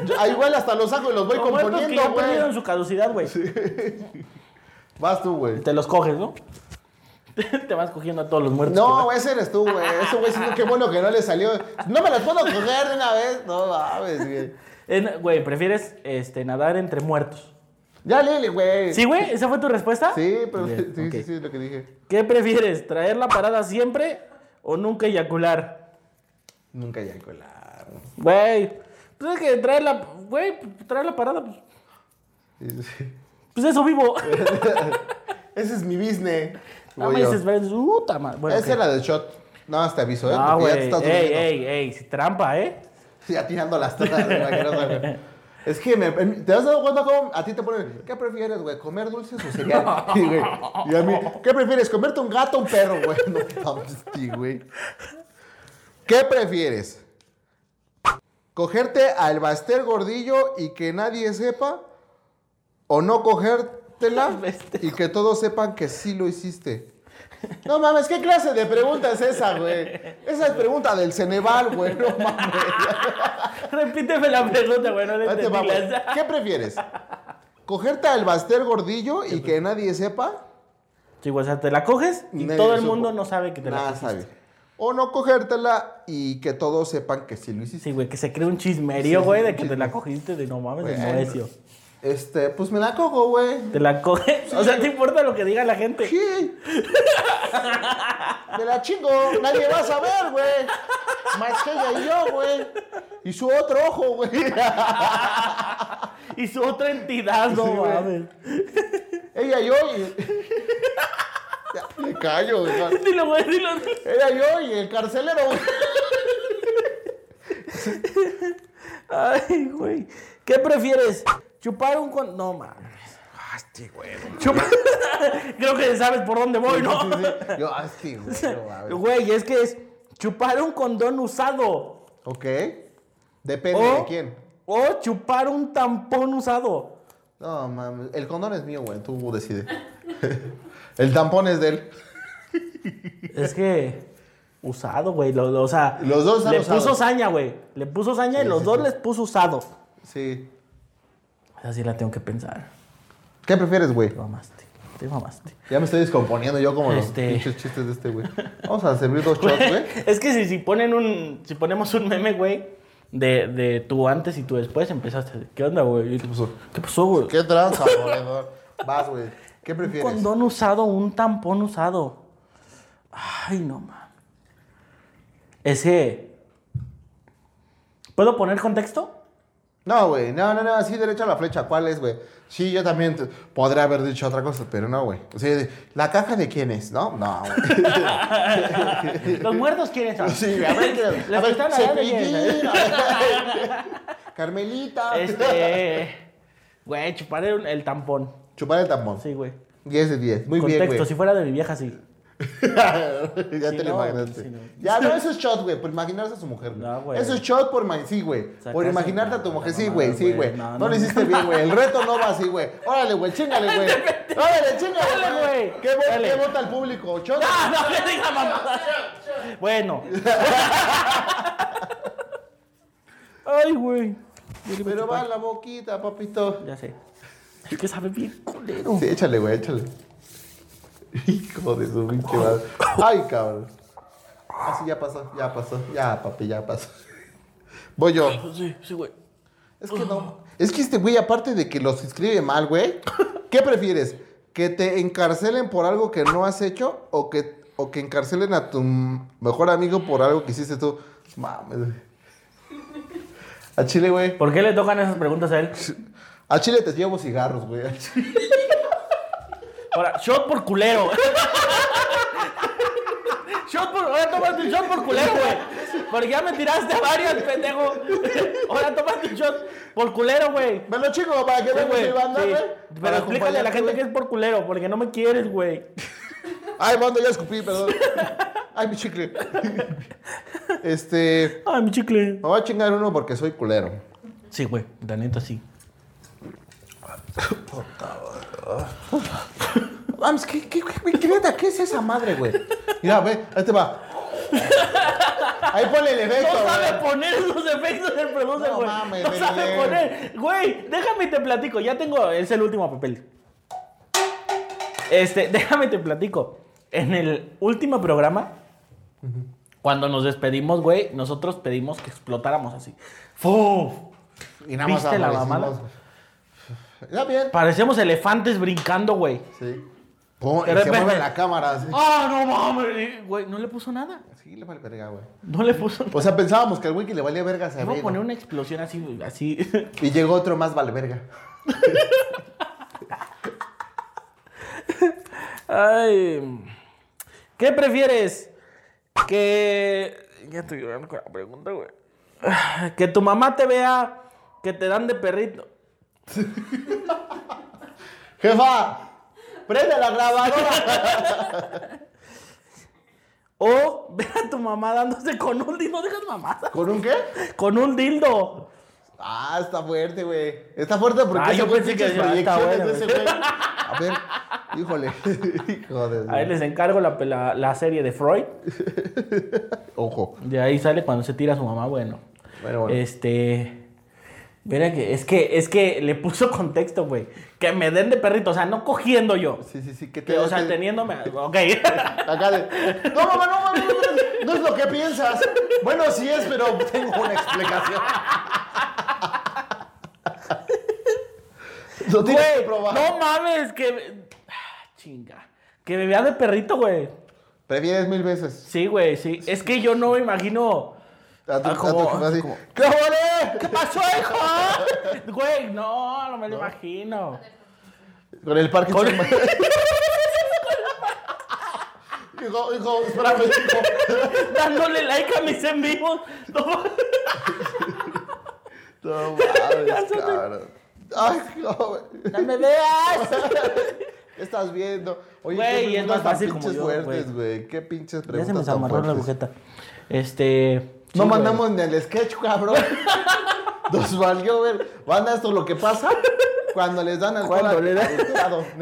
Yo- ah, Igual hasta los saco y los voy Con muertos que componiendo, ya güey. perdieron su caducidad, güey. Vas tú, güey. Te los coges, ¿no? [laughs] Te vas cogiendo a todos los muertos. que- No, güey, ese eres tú, güey. Ese güey, sí, qué bueno que no le salió. No me las puedo coger de una vez. No mames, güey. En- Güey, prefieres este, nadar entre muertos. Ya, Lili, güey. ¿Sí, güey? ¿Esa fue tu respuesta? Sí, pero Bien, sí, ok. sí, sí, lo que dije. ¿Qué prefieres? ¿Traer la parada siempre o nunca eyacular? Nunca Ah. ya colaron. Güey. Pues es que traer la. Güey, traer la parada, pues. Pues eso vivo. Ese es mi business. [laughs] No Voy Ah, me yo. dices, "Ven, puta madre". Bueno, Esa ok. era del shot. Nada más te aviso, ¿eh? Ah, Porque güey. ya te estás Ey, durmiendo. ey, ey. si Trampa, ¿eh? [laughs] [laughs] Sí, atinando las tazas. güey, para que no salga. es que me, te has dado cuenta cómo a ti te ponen, ¿qué prefieres, güey? ¿Comer dulces o cereal? Y, güey, y a mí, ¿qué prefieres? ¿Comerte un gato o un perro, güey? [laughs] No mames, sí, güey. ¿Qué prefieres? ¿Cogerte al Baster Gordillo y que nadie sepa? ¿O no cogértela y que todos sepan que sí lo hiciste? No mames, ¿qué clase de pregunta es esa, güey? Esa es pregunta del Ceneval, güey. No mames. Repíteme la pregunta, güey. No le Ahí te va, entendí güey. la- ¿Qué prefieres? ¿Cogerte al Baster Gordillo y que nadie sepa? Sí, güey, o sea, te la coges y Nadie todo el supo. mundo no sabe que te la Nada cogiste. sabe. O no cogértela y que todos sepan que sí lo hiciste. Sí, güey, que se cree un Sí, chismerío, sí, güey, un de que te chisme. la cogiste de no mames, de Bueno. Moesio. Este, pues me la cojo, güey. Te la coges. O sea, te importa lo que diga la gente. Sí. Me la chingo. Nadie va a saber, güey. Más que ella y yo, güey. Y su otro ojo, güey. Y su otra entidad, no Sí, güey. mames. Ella y yo y... Ya, me callo, güey. Dilo, güey, dilo. dilo. Era yo y el carcelero, güey. Ay, güey. ¿Qué prefieres? ¿Chupar un con.? No mames. Ah, Chupa- [laughs] Creo que sabes por dónde voy, ¿no? este Sí, sí, sí. Yo, ah, sí, güey, no mames. Güey, es que es chupar un condón usado. Ok. Depende de O, quién. o chupar un tampón usado. No, mames. El condón es mío, güey. Tú decides. [laughs] el tampón es de él. Es que usado, güey. lo- lo- o sea, Los dos están le usados. puso saña, güey. Le puso saña y Sí, los sí, dos sí. les puso usado. Sí. Esa sí la tengo que pensar. ¿Qué prefieres, güey? Te mamaste. Te mamaste. Ya me estoy descomponiendo yo como Este. los pinches chistes de este güey. Vamos a servir dos shots, [laughs] güey. es que si, si ponen un. Si ponemos un meme, güey, de, de tu antes y tu después, empezaste. ¿Qué onda, güey? ¿Qué pasó? ¿Qué pasó, güey? ¿Qué tranza, boledor? Vas, güey. ¿Qué Un prefieres? condón usado, un tampón usado. Ay, no mames. Ese. ¿Puedo poner contexto? [laughs] No, güey. No, no, no. Sí, derecha a la flecha. ¿Cuál es, güey? Sí, yo también te- podría haber dicho otra cosa, pero no, güey. O sea, de- ¿la caja de quién es? No, no, güey. Los muertos quieren saber. Sí, a [laughs] ver, que- a Los que ver, están allá de Cepillín, a ver. [laughs] Carmelita. Este. Güey, chupar el, el tampón. Chupar el tampón. Sí, güey. 10 de 10. Muy Contexto, bien, güey. si fuera de mi vieja, sí. [laughs] ya Sí, te no, lo imaginaste. sí, no. Ya, no, eso es shot, güey, por imaginarse a su mujer. güey. No, güey. Eso es shot por, ma- sí, güey. Por Sacaste imaginarte a tu la mujer. Sí, mamada, güey, sí, güey. güey. No, No, no, lo hiciste bien, güey. El reto no va así, güey. Órale, güey, chingale, güey. Órale, chingale, Dale, güey. güey. ¿Qué, vo- Dale. qué vota el público? ¿Shot? ¡Ah, no [laughs] le diga mamá! Bueno. [laughs] Ay, güey. Pero va en la boquita, papito. Ya sé. Es que sabe bien culero. Sí, échale, güey, échale. [laughs] Hijo de su pinche madre. Ay, cabrón. Así ya pasó, ya pasó. Ya, papi, ya pasó. [laughs] Voy yo. Sí, sí, güey. Es que no. Es que este güey, aparte de que los escribe mal, güey, ¿qué prefieres? ¿Que te encarcelen por algo que no has hecho o que, o que encarcelen a tu mejor amigo por algo que hiciste tú? Mames, güey. A Chile, güey. ¿Por qué le tocan esas preguntas a él? A Chile te llevo cigarros, güey. [laughs] A Chile- Ahora, shot por culero. shot por. Ahora tómate un shot por culero, güey. Porque ya me tiraste varios, pendejo. Ahora tómate un shot por culero, güey. Me lo chingo para que Sí, vean güey, mi banda, sí. güey. Pero Para explícale a la acompañarte, gente güey. que es por culero, porque no me quieres, güey. Ay, banda, ya escupí, perdón. Ay, mi chicle. Este. Ay, mi chicle. Me voy a chingar uno porque soy culero. Sí, güey, la neta sí. Vamos, ¿qué, qué, qué, qué, neta, ¿qué es esa madre, güey? Mira, ve, ahí te va. Ahí ponle el efecto, No sabe güey. poner esos efectos del producer, No güey. mames, No sabe Belén. poner. Güey, déjame y te platico. Ya tengo. Es el último papel. Este, [laughs] déjame te platico. En el último programa, cuando nos despedimos, güey, nosotros pedimos que explotáramos así. ¡Fuf! Y nada más ¿Viste la aparecimos. mamada? Ya bien. Parecemos elefantes brincando, güey. Sí. Pum, y De se repente. mueve la cámara. Así. ¡Ah, no mames! Güey, no le puso nada. Sí, le vale verga, güey. No le puso nada. O sea, pensábamos que al güey que le valía verga se Vamos a había poner ido. una explosión así, así. [laughs] Y llegó otro más vale verga. Ay. ¿Qué prefieres? Que. Ya te lloraron con la pregunta, güey. Que tu mamá te vea que te dan de perrito. Jefa, prende la [laughs] grabadora. O [laughs] ver a tu mamá dándose con un dildo. No dejas mamada. ¿Con un qué? Con un dildo. Ah, está fuerte, güey. Está fuerte porque Ah, ese yo güey pensé tiene que muchas está proyecciones de ese bueno, güey. güey. A ver, híjole. [laughs] Hijo de Ahí su- les encargo la, la- la serie de Freud. Ojo. De ahí sale cuando se tira a su mamá, bueno. Bueno, bueno. Este. Mira que es que es que le puso contexto, güey. Que me den de perrito, o sea, no cogiendo yo. Sí, sí, sí. ¿qué te Que, o sea, te- teniéndome. Ok. [laughs] Acá de. No, mamá, no, mamá, no, no, no, no es lo que piensas. Bueno, sí es, pero tengo una explicación. Lo tienes que Güey, probar. no mames, que. me- Ah, Chinga. Que me vea de perrito, güey. Prefieres mil veces. Sí, güey, sí. Es que yo no me imagino. A tu, Ah, a tu- como- así. como- ¡Qué ole! ¿Qué pasó, hijo? Güey, no, no me lo imagino. Con el parque. [laughs] hijo, hijo, espérame, hijo. Dándole like a mis en vivos. No. No [laughs] mames, cabrón. Ay, joven. ¡No me veas! ¿Qué estás viendo? Oye, Güey, qué es preguntas más tan fácil como pinches yo, fuertes, güey. Qué pinches Ya preguntas se me tan amarró la fuertes. agujeta. Este. No sí, güey. mandamos ni el sketch, [laughs] cabrón. Nos valió ver. Van a esto lo que pasa cuando les dan al Cuando le da-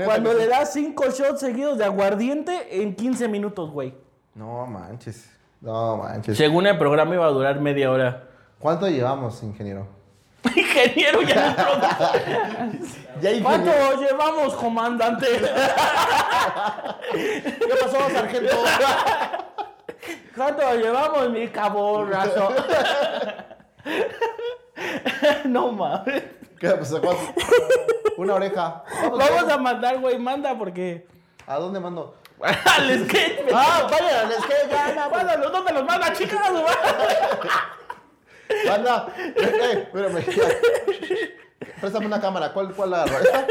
Cuando le dan. das cinco shots seguidos de aguardiente en 15 minutos, güey. No manches. No manches. Según el programa iba a durar media hora. ¿Cuánto llevamos, ingeniero? [laughs] Ingeniero [laughs] ya entró. Ya ¿Cuánto llevamos, comandante? ¿Qué pasó, sargento? ¿Cuánto llevamos, mi caborrazo? [laughs] no mames. ¿Qué pasó? ¿Cuánto? Una oreja. Vamos, Vamos a mandar, güey, manda [laughs] porque. ¿A dónde mando? Al skate. me- Ah, vaya, al sketch. Ah. [laughs] Mándalo, ¿dónde los manda, chicas? Banda, eh, eh, espérame. ya. Préstame una cámara. ¿Cuál, cuál la esta?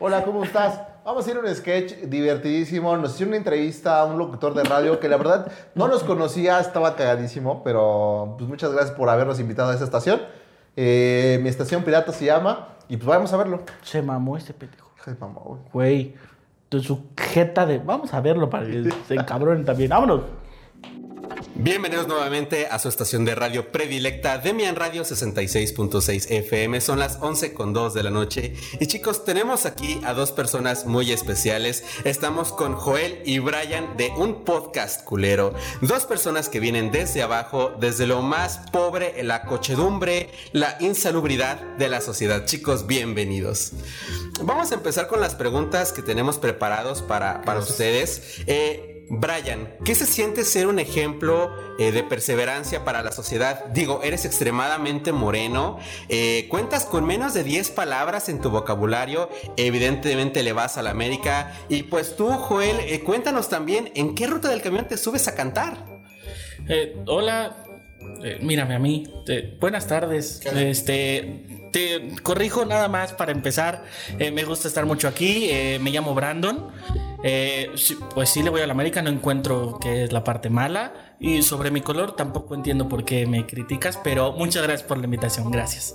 Hola, ¿cómo estás? Vamos a ir a un sketch divertidísimo. Nos hicieron una entrevista a un locutor de radio que la verdad no nos conocía, estaba cagadísimo, pero pues muchas gracias por habernos invitado a esta estación. Eh, mi estación pirata se llama y pues vamos a verlo. Se mamó este pendejo. Hija de mamá, güey. Güey, tu sujeta de. Vamos a verlo para que se encabronen también. Vámonos. Bienvenidos nuevamente a su estación de radio predilecta, Demian Radio 66.6 FM. Son las 11 con 2 de la noche. Y chicos, tenemos aquí a dos personas muy especiales. Estamos con Joel y Brian de un podcast culero. Dos personas que vienen desde abajo, desde lo más pobre, la cochedumbre, la insalubridad de la sociedad. Chicos, bienvenidos. Vamos a empezar con las preguntas que tenemos preparados para, para ustedes. Eh, Brian, ¿qué se siente ser un ejemplo eh, de perseverancia para la sociedad? Digo, eres extremadamente moreno, eh, cuentas con menos de 10 palabras en tu vocabulario, evidentemente le vas a la América. Y pues tú, Joel, eh, cuéntanos también en qué ruta del camión te subes a cantar. Eh, hola, eh, mírame a mí. Eh, buenas tardes. Este, te corrijo nada más para empezar. Eh, me gusta estar mucho aquí. Eh, me llamo Brandon. Eh, sí, pues sí, le voy a la América. No encuentro que es la parte mala. Y sobre mi color tampoco entiendo por qué me criticas, pero muchas gracias por la invitación. Gracias.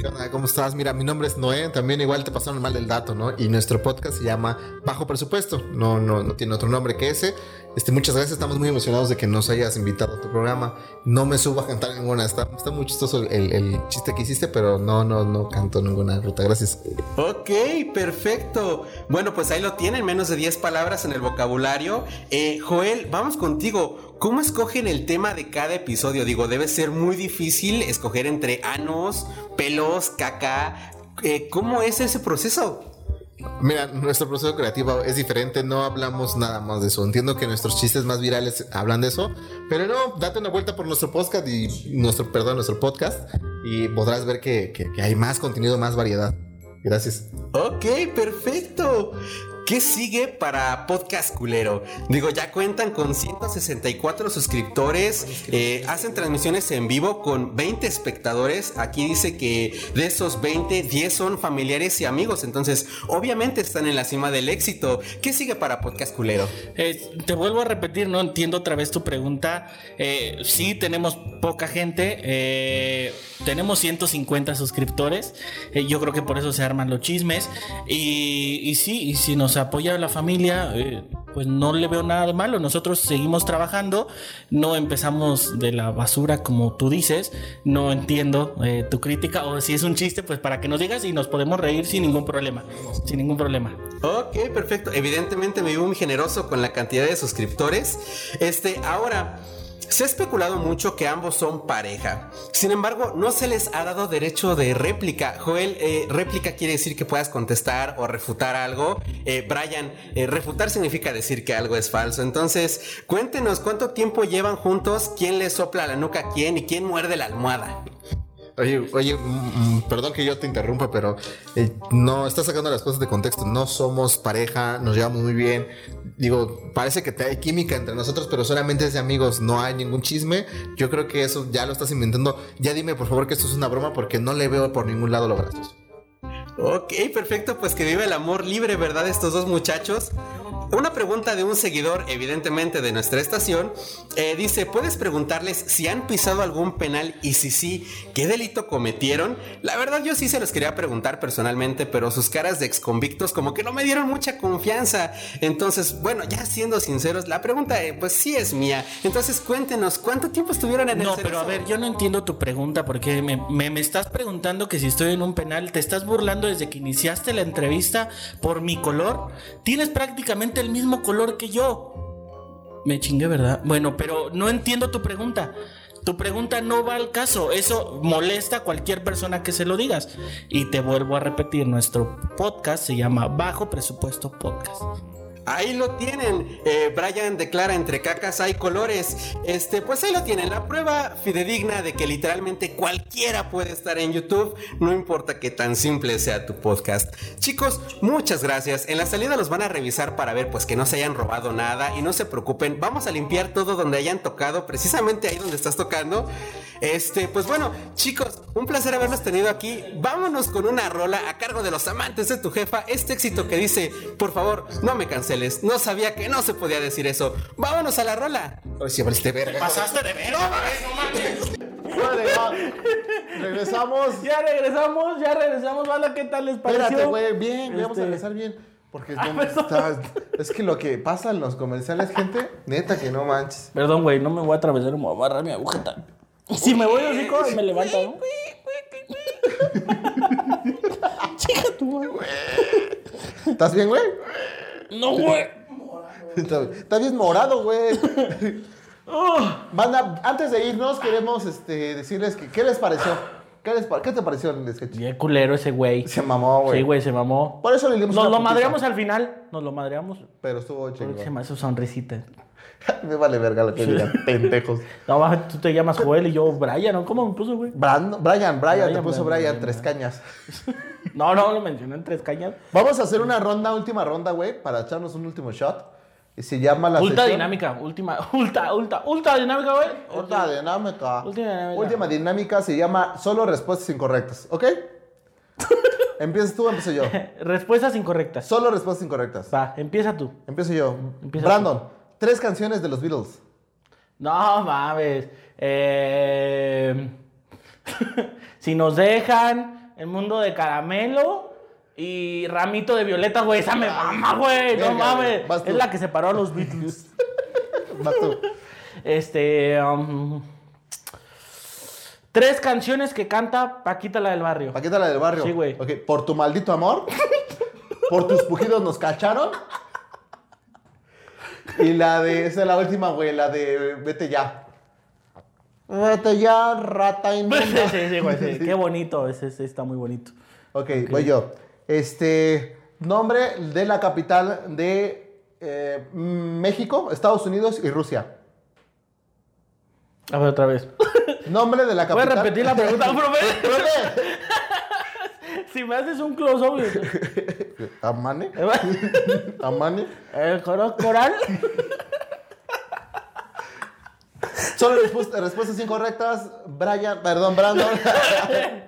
¿Qué onda? ¿Cómo estás? Mira, mi nombre es Noé, también igual te pasaron mal el dato, ¿no? Y nuestro podcast se llama Bajo Presupuesto, no, no, no tiene otro nombre que ese. Este, muchas gracias, estamos muy emocionados de que nos hayas invitado a tu programa. No me subo a cantar ninguna, está, está muy chistoso el, el chiste que hiciste, pero no, no, no canto ninguna ruta, gracias. Ok, perfecto. Bueno, pues ahí lo tienen, menos de 10 palabras en el vocabulario. Eh, Joel, vamos contigo. ¿Cómo escogen el tema de cada episodio? Digo, debe ser muy difícil escoger entre anos, pelos, caca. Eh, ¿Cómo es ese proceso? Mira, nuestro proceso creativo es diferente, no hablamos nada más de eso. Entiendo que nuestros chistes más virales hablan de eso, pero no, date una vuelta por nuestro podcast y nuestro, perdón, nuestro podcast y podrás ver que, que- que hay más contenido, más variedad. Gracias. Ok, perfecto. ¿Qué sigue para Podcast Culero? Digo, ya cuentan con 164 suscriptores, eh, hacen transmisiones en vivo con 20 espectadores. Aquí dice que de esos 20, 10 son familiares y amigos, entonces obviamente están en la cima del éxito. ¿Qué sigue para Podcast Culero? Eh, te vuelvo a repetir, no entiendo otra vez tu pregunta. Eh, sí, tenemos poca gente. eh, tenemos 150 suscriptores. eh, yo creo que por eso se arman los chismes. Y, y sí, y si nos apoya la familia, eh, pues no le veo nada de malo. Nosotros seguimos trabajando. No empezamos de la basura como tú dices. No entiendo eh, tu crítica. O si es un chiste, pues para que nos digas y nos podemos reír sin ningún problema. Sin ningún problema. Ok, perfecto. Evidentemente me vi muy generoso con la cantidad de suscriptores. Este, ahora, se ha especulado mucho que ambos son pareja. Sin embargo, no se les ha dado derecho de réplica. Joel, eh, réplica quiere decir que puedas contestar o refutar algo. Eh, Brian, eh, refutar significa decir que algo es falso. Entonces, cuéntenos cuánto tiempo llevan juntos, quién le sopla la nuca a quién y quién muerde la almohada. Oye, oye, mm, mm, perdón que yo te interrumpa, pero eh, no, estás sacando las cosas de contexto. No somos pareja, nos llevamos muy bien. Digo, parece que te hay química entre nosotros, pero solamente es de amigos, no hay ningún chisme. Yo creo que eso ya lo estás inventando. Ya dime, por favor, que esto es una broma porque no le veo por ningún lado los brazos. Ok, perfecto, pues que vive el amor libre, ¿verdad? Estos dos muchachos. Una pregunta de un seguidor, evidentemente de nuestra estación, eh, dice: ¿Puedes preguntarles si han pisado algún penal y si sí, qué delito cometieron? La verdad, yo sí se los quería preguntar personalmente, pero sus caras de exconvictos como que no me dieron mucha confianza. Entonces, bueno, ya siendo sinceros, la pregunta, eh, pues sí es mía. Entonces, cuéntenos, ¿cuánto tiempo estuvieron en el No, pero a Cerezo? ver, yo no entiendo tu pregunta porque me, me- me estás preguntando que si estoy en un penal, te estás burlando desde que iniciaste la entrevista por mi color. Tienes prácticamente el mismo color que yo. Me chingué, ¿verdad? Bueno, pero no entiendo tu pregunta. Tu pregunta no va al caso. Eso molesta a cualquier persona que se lo digas. Y te vuelvo a repetir, nuestro podcast se llama Bajo Presupuesto Podcast. Ahí lo tienen. Eh, Brian declara entre cacas hay colores. Este, pues ahí lo tienen. La prueba fidedigna de que literalmente cualquiera puede estar en YouTube. No importa que tan simple sea tu podcast. Chicos, muchas gracias. En la salida los van a revisar para ver pues que no se hayan robado nada. Y no se preocupen. Vamos a limpiar todo donde hayan tocado. Precisamente ahí donde estás tocando. Este, pues bueno, chicos, un placer haberlos tenido aquí. Vámonos con una rola a cargo de los amantes de tu jefa. Este éxito que dice, por favor, no me canceles. No sabía que no se podía decir eso. Vámonos a la rola. Ahora sí, valiste verga. Pasaste de ver. Vale, va. Regresamos. Ya regresamos, ya regresamos, banda, ¿qué tal les pareció? Espérate, güey, bien, güey, vamos a Este- Ah, regresar bien. Porque no estás- es que lo que pasa en los comerciales, gente, neta que no manches. Perdón, güey, no me voy a atravesar, me voy a agarrar mi agujeta. Si me voy así, y me levanto, ¿no? Chica tu madre. ¿Estás bien, güey? No, güey. Está- Estás bien morado, [laughs] güey. Banda, antes de irnos, queremos este, decirles que, ¿qué les pareció? ¿Qué, les pa- qué te pareció el sketch? Bien culero ese güey. Se mamó, güey. Sí, güey, se mamó. Por eso le dimos Nos una lo putiza. madreamos al final. Nos lo madreamos. Pero estuvo Pero Se chingón. llama su sonrisita. [laughs] Me vale verga lo que [laughs] digan, pendejos. No, va, tú te llamas Joel y yo Brian, ¿no? ¿Cómo me puso, güey? Brand- Brian, Brian, te Brian, puso Brian, Brian, Brian. tres cañas. No, no, lo mencioné en tres cañas. Vamos a hacer una ronda, última ronda, güey, para echarnos un último shot. Y se llama la Ultra sesión- dinámica, última, [laughs] ultra, ultra, ultra dinámica, güey. [laughs] Ultra dinámica. Última dinámica. Última dinámica se llama solo respuestas incorrectas, [laughs] ¿ok? Empiezas tú, empiezo yo. Respuestas incorrectas. Solo respuestas incorrectas. Va, empieza tú. Empiezo yo. Empieza Brandon, tres canciones de los [laughs] Beatles. No mames. Eh, [laughs] si nos dejan el mundo de caramelo y ramito de violeta, güey. Esa me mama, güey. No Verga, mames. güey, vas tú. Es la que separó a [laughs] los Beatles. Vas tú. este. um, tres canciones que canta Paquita la del barrio. Paquita la del barrio. Sí, güey. Ok, por tu maldito amor. por tus pujidos nos cacharon. Y la de, esa es la última, güey, la de vete ya. Vete ya, rata [laughs] sí, inmunda. [laughs] sí, sí, güey. sí. [laughs] Qué bonito. Ese, ese está muy bonito. ok, voy yo. Este, nombre de la capital de eh, México, Estados Unidos y Rusia. A ver, otra vez. Nombre de la Voy a capital. repetir la [laughs] pregunta, profe. Profe. si me haces un close-up. Amane. [laughs] güey. Amane. El coro coral. Solo respuesta- respuestas incorrectas. Brian, perdón, Brandon. [laughs]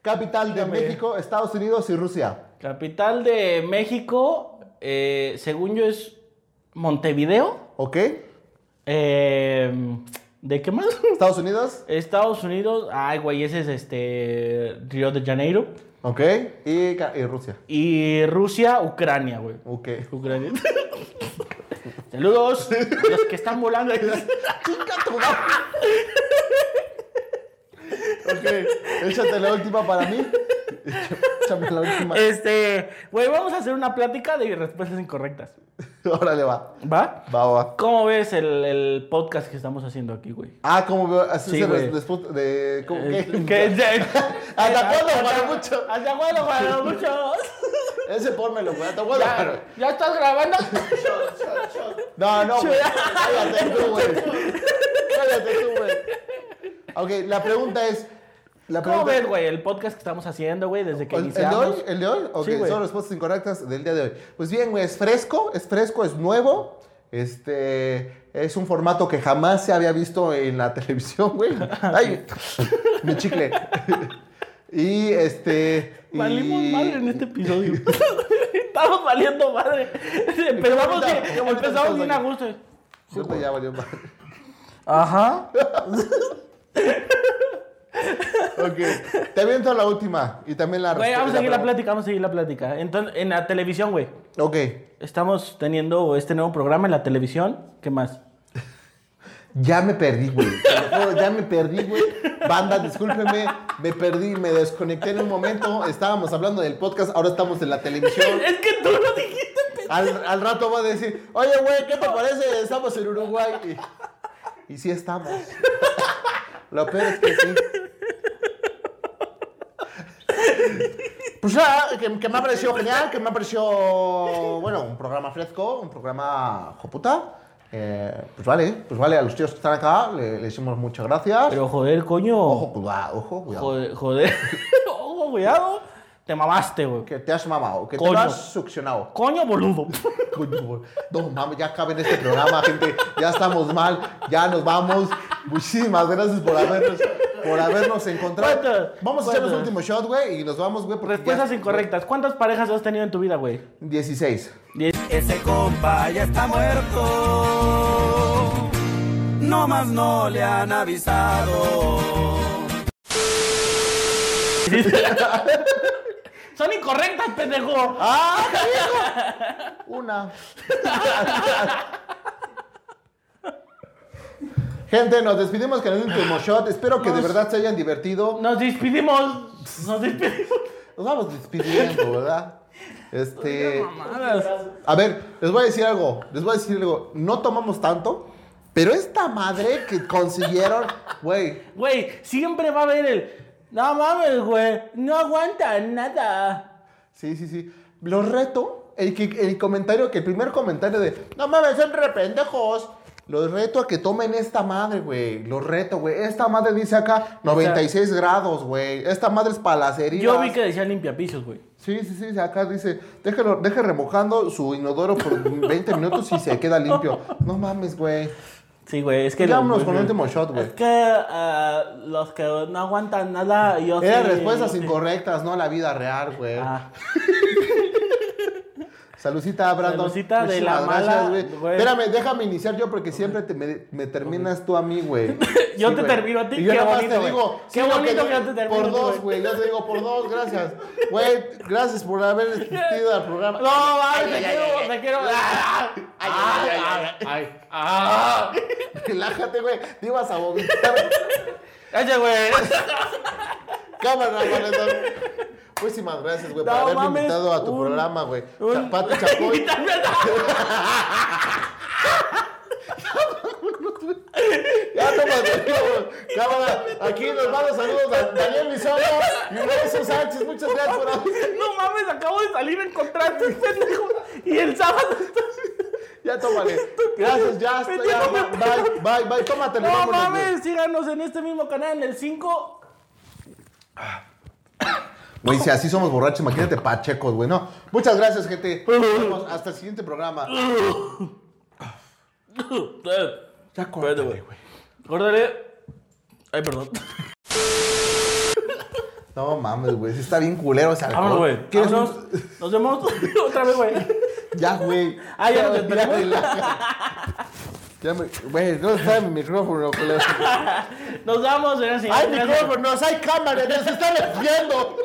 Capital de México, Estados Unidos y Rusia. Capital de México, eh, según yo es Montevideo. ¿Ok? Eh, ¿De qué más? [laughs] Estados Unidos. Estados Unidos, ay güey, ese es este Río de Janeiro. ¿Ok? Y, ca- y Rusia. Y Rusia, Ucrania, güey. ¿Ok? Ucrania. [laughs] Saludos, los que están volando. Ok. Échate la última para mí. Échame la última. Este, güey, vamos a hacer una plática de respuestas incorrectas. Órale, va. ¿Va? Va, va. ¿Cómo ves el, el podcast que estamos haciendo aquí, güey? Ah, ¿cómo veo? Así Sí, se güey. res- respu- de, ¿cómo, Eh, qué? que- ¿Hasta cuándo, para mucho? ¿Hasta [laughs] cuándo, para mucho? Ese pónmelo, güey. ¿Hasta cuándo, ¿Ya, para- ya [laughs] estás grabando? No, no, güey. Cállate tú, güey. Cállate tú, güey. Ok, la pregunta es. La ¿Cómo pregunta- ves, güey, el podcast que estamos haciendo, güey, desde que ¿El, el de hoy? iniciamos? ¿El de hoy? Ok, Sí, güey. son respuestas incorrectas del día de hoy. Pues bien, güey, es fresco, es fresco, es nuevo. Este. Es un formato que jamás se había visto en la [laughs] televisión, [laughs] güey. Ay, mi chicle. [laughs] Y este. y- este [laughs] Valimos madre en este episodio. Estamos valiendo madre. Empezamos, bonita- bien- qué bonita empezamos respuesta. bien a gusto. Yo te ya valió más. Ajá. Ok. Te aviento la última y también la Güey, vamos a la seguir la pregunta. plática, vamos a seguir la plática. Entonces, en la televisión, güey. Ok. Estamos teniendo este nuevo programa en la televisión. ¿Qué más? Ya me perdí, güey. Te lo juro, Ya me perdí, güey. Banda, discúlpeme. Me perdí, me desconecté en un momento. Estábamos hablando del podcast, ahora estamos en la televisión. Es que tú lo dijiste, pe- Al, al rato va a decir, oye, güey, ¿qué te parece? Estamos en Uruguay. Y, y sí estamos. Lo peor es que sí. Pues nada, que, que me ha parecido genial, que me ha parecido, bueno, un programa fresco, un programa joputa. Eh, pues vale, pues vale, a los tíos que están acá le, le hicimos muchas gracias. Pero joder, coño. ojo, cuidado, ojo, cuidado. Joder, joder. [laughs] Ojo, cuidado. Te mamaste, güey. Que te has mamado, que te Coño. lo has succionado. Coño, [laughs] boludo. Coño, güey. No mames, ya acaben este programa, gente. Ya estamos mal, ya nos vamos. Muchísimas gracias por habernos, por habernos encontrado. ¿Cuánto? Vamos a hacer los ¿Cuánto? últimos shot, güey, y nos vamos, güey, porque Respuestas ya- incorrectas. ¿Cuántas parejas has tenido en tu vida, güey? [laughs] 16. Ese compa ya está muerto. No más no le han avisado. Son incorrectas, pendejo. Ah. Una. Gente, nos despedimos con el último shot. Espero que de verdad se hayan divertido. Nos despedimos. Nos despedimos. Nos vamos despidiendo, ¿verdad? Este. A ver, les voy a decir algo. Les voy a decir algo. No tomamos tanto, pero esta madre que [laughs] consiguieron, güey. Güey, siempre va a haber el. No mames, güey. No aguanta nada. Sí, sí, sí. Los reto. El, que- el comentario, que el primer comentario de. No mames, son re pendejos. Los reto a que tomen esta madre, güey. Los reto, güey. Esta madre dice acá 96 grados, güey. Esta madre es para las heridas. Yo vi que decía limpiapisos, güey. Sí, sí, sí, acá dice, déjalo, deje remojando su inodoro por 20 minutos y se queda [laughs] limpio. No mames, güey. Sí, güey, es que. Ya vámonos los- con el último shot, güey. Es que eh, los que no aguantan nada, yo Eran sí- respuestas incorrectas, no la vida real, güey. [laughs] Ah, Salucita, Brandon. Salucita de Muchísimas la mala, güey. Espérame, déjame iniciar yo porque siempre te, me, me terminas tú a mí, güey. [laughs] Yo te güey. termino a ti, Y yo qué nada más bonito, te güey. digo, Qué lo bonito yo- que yo te termino Por tú, dos, güey. güey. Yo te digo por dos, gracias. Güey, gracias por [laughs] haber asistido al programa. No, ay, te quiero, [laughs] te quiero. [laughs] Relájate, güey. Te ibas a vomitar. Ese güey. Cámara, Brandon. Muchísimas gracias, güey, por No haberme mames, invitado a tu un- programa, güey. un- [laughs] Pati Chapoy. Ya no más Cámara, aquí nos mando saludos a Daniel Misola y Nelson Sánchez. Muchas gracias por haber. No mames, acabo de salir en contrato, [laughs] pendejo. Y el sábado. Ya tómale. Gracias, ya está. Ya, bye, bye, bye. Tómatelo, No vámonos, güey. mames, síganos en este mismo canal, en el 5. Güey, si así somos borrachos, imagínate pachecos, güey. No. Muchas gracias, gente. Nos vemos hasta el siguiente programa. Ya córtale, güey. Córtale. Ay, perdón. No mames, güey. sí Está bien culero ese alcohol. Vámonos, güey. ¿Quieres un- Vámonos. Nos vemos [laughs] otra vez, güey. Ya, güey. Ah, ya nos despedimos. relájate. Ya me. Güey, no está mi micrófono, [laughs] culero. Nos vamos en el siguiente. ¡Hay micrófonos! ¡Hay cámaras! ¡Nos están espiando!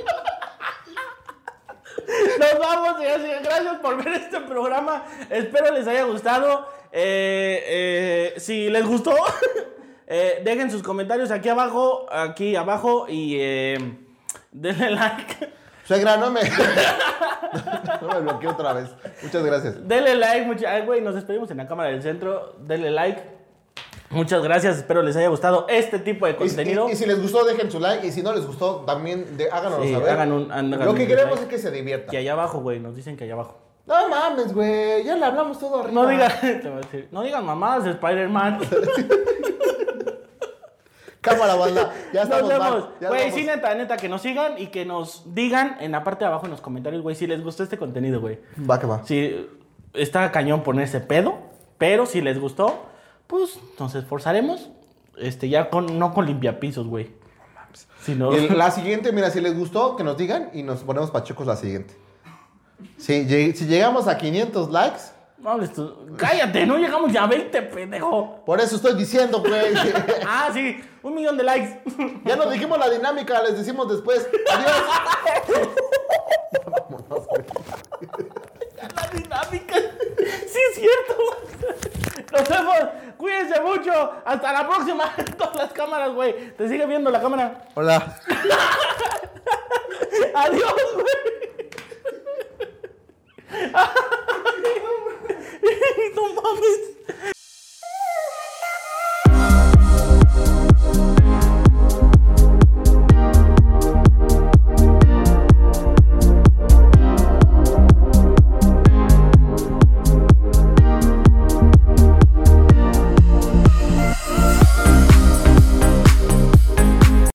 Nos vamos, señoras y señores. Gracias por ver este programa. Espero les haya gustado. Eh, eh, si les gustó, [laughs] eh, dejen sus comentarios aquí abajo, aquí abajo y eh, denle like. [laughs] Suegra, no me. [laughs] No me bloqueé otra vez. Muchas gracias. Denle like, mucha- ay, güey, nos despedimos en la cámara del centro. Denle like. Muchas gracias, espero les haya gustado este tipo de Y, contenido. y- y si les gustó, dejen su like. Y si no les gustó, también de, háganoslo Sí, saber. hagan un- hagan Lo que un queremos like. es que se diviertan. Que allá abajo, güey, nos dicen que allá abajo. No mames, güey. Ya le hablamos todo arriba. No digan, [laughs] te voy a decir, no digan mamadas [laughs] de Spider-Man. Cámara, banda. Ya [laughs] Nos estamos vemos. mal. Ya Güey, estamos- sí, neta, neta, que nos sigan y que nos digan en la parte de abajo en los comentarios, güey, si les gustó este contenido, güey. Va que va. Si está cañón ponerse pedo, pero si les gustó, pues nos esforzaremos. Este, ya con, no con limpiapisos, güey. Sino. Y la siguiente, mira, si les gustó, que nos digan y nos ponemos pachecos la siguiente. Si, lleg- si llegamos a 500 likes, [laughs] No hables tú. Cállate, no llegamos ya a 20, pendejo. por eso estoy diciendo, güey. Ah, sí, un millón de likes. [laughs] ya nos dijimos la dinámica, les decimos después. Adiós. La dinámica. Sí, es cierto. Nos vemos. Cuídense mucho. Hasta la próxima. [laughs] Todas las cámaras, güey. Te sigue viendo la cámara. Hola. Adiós, güey. [laughs] Ay, no mames.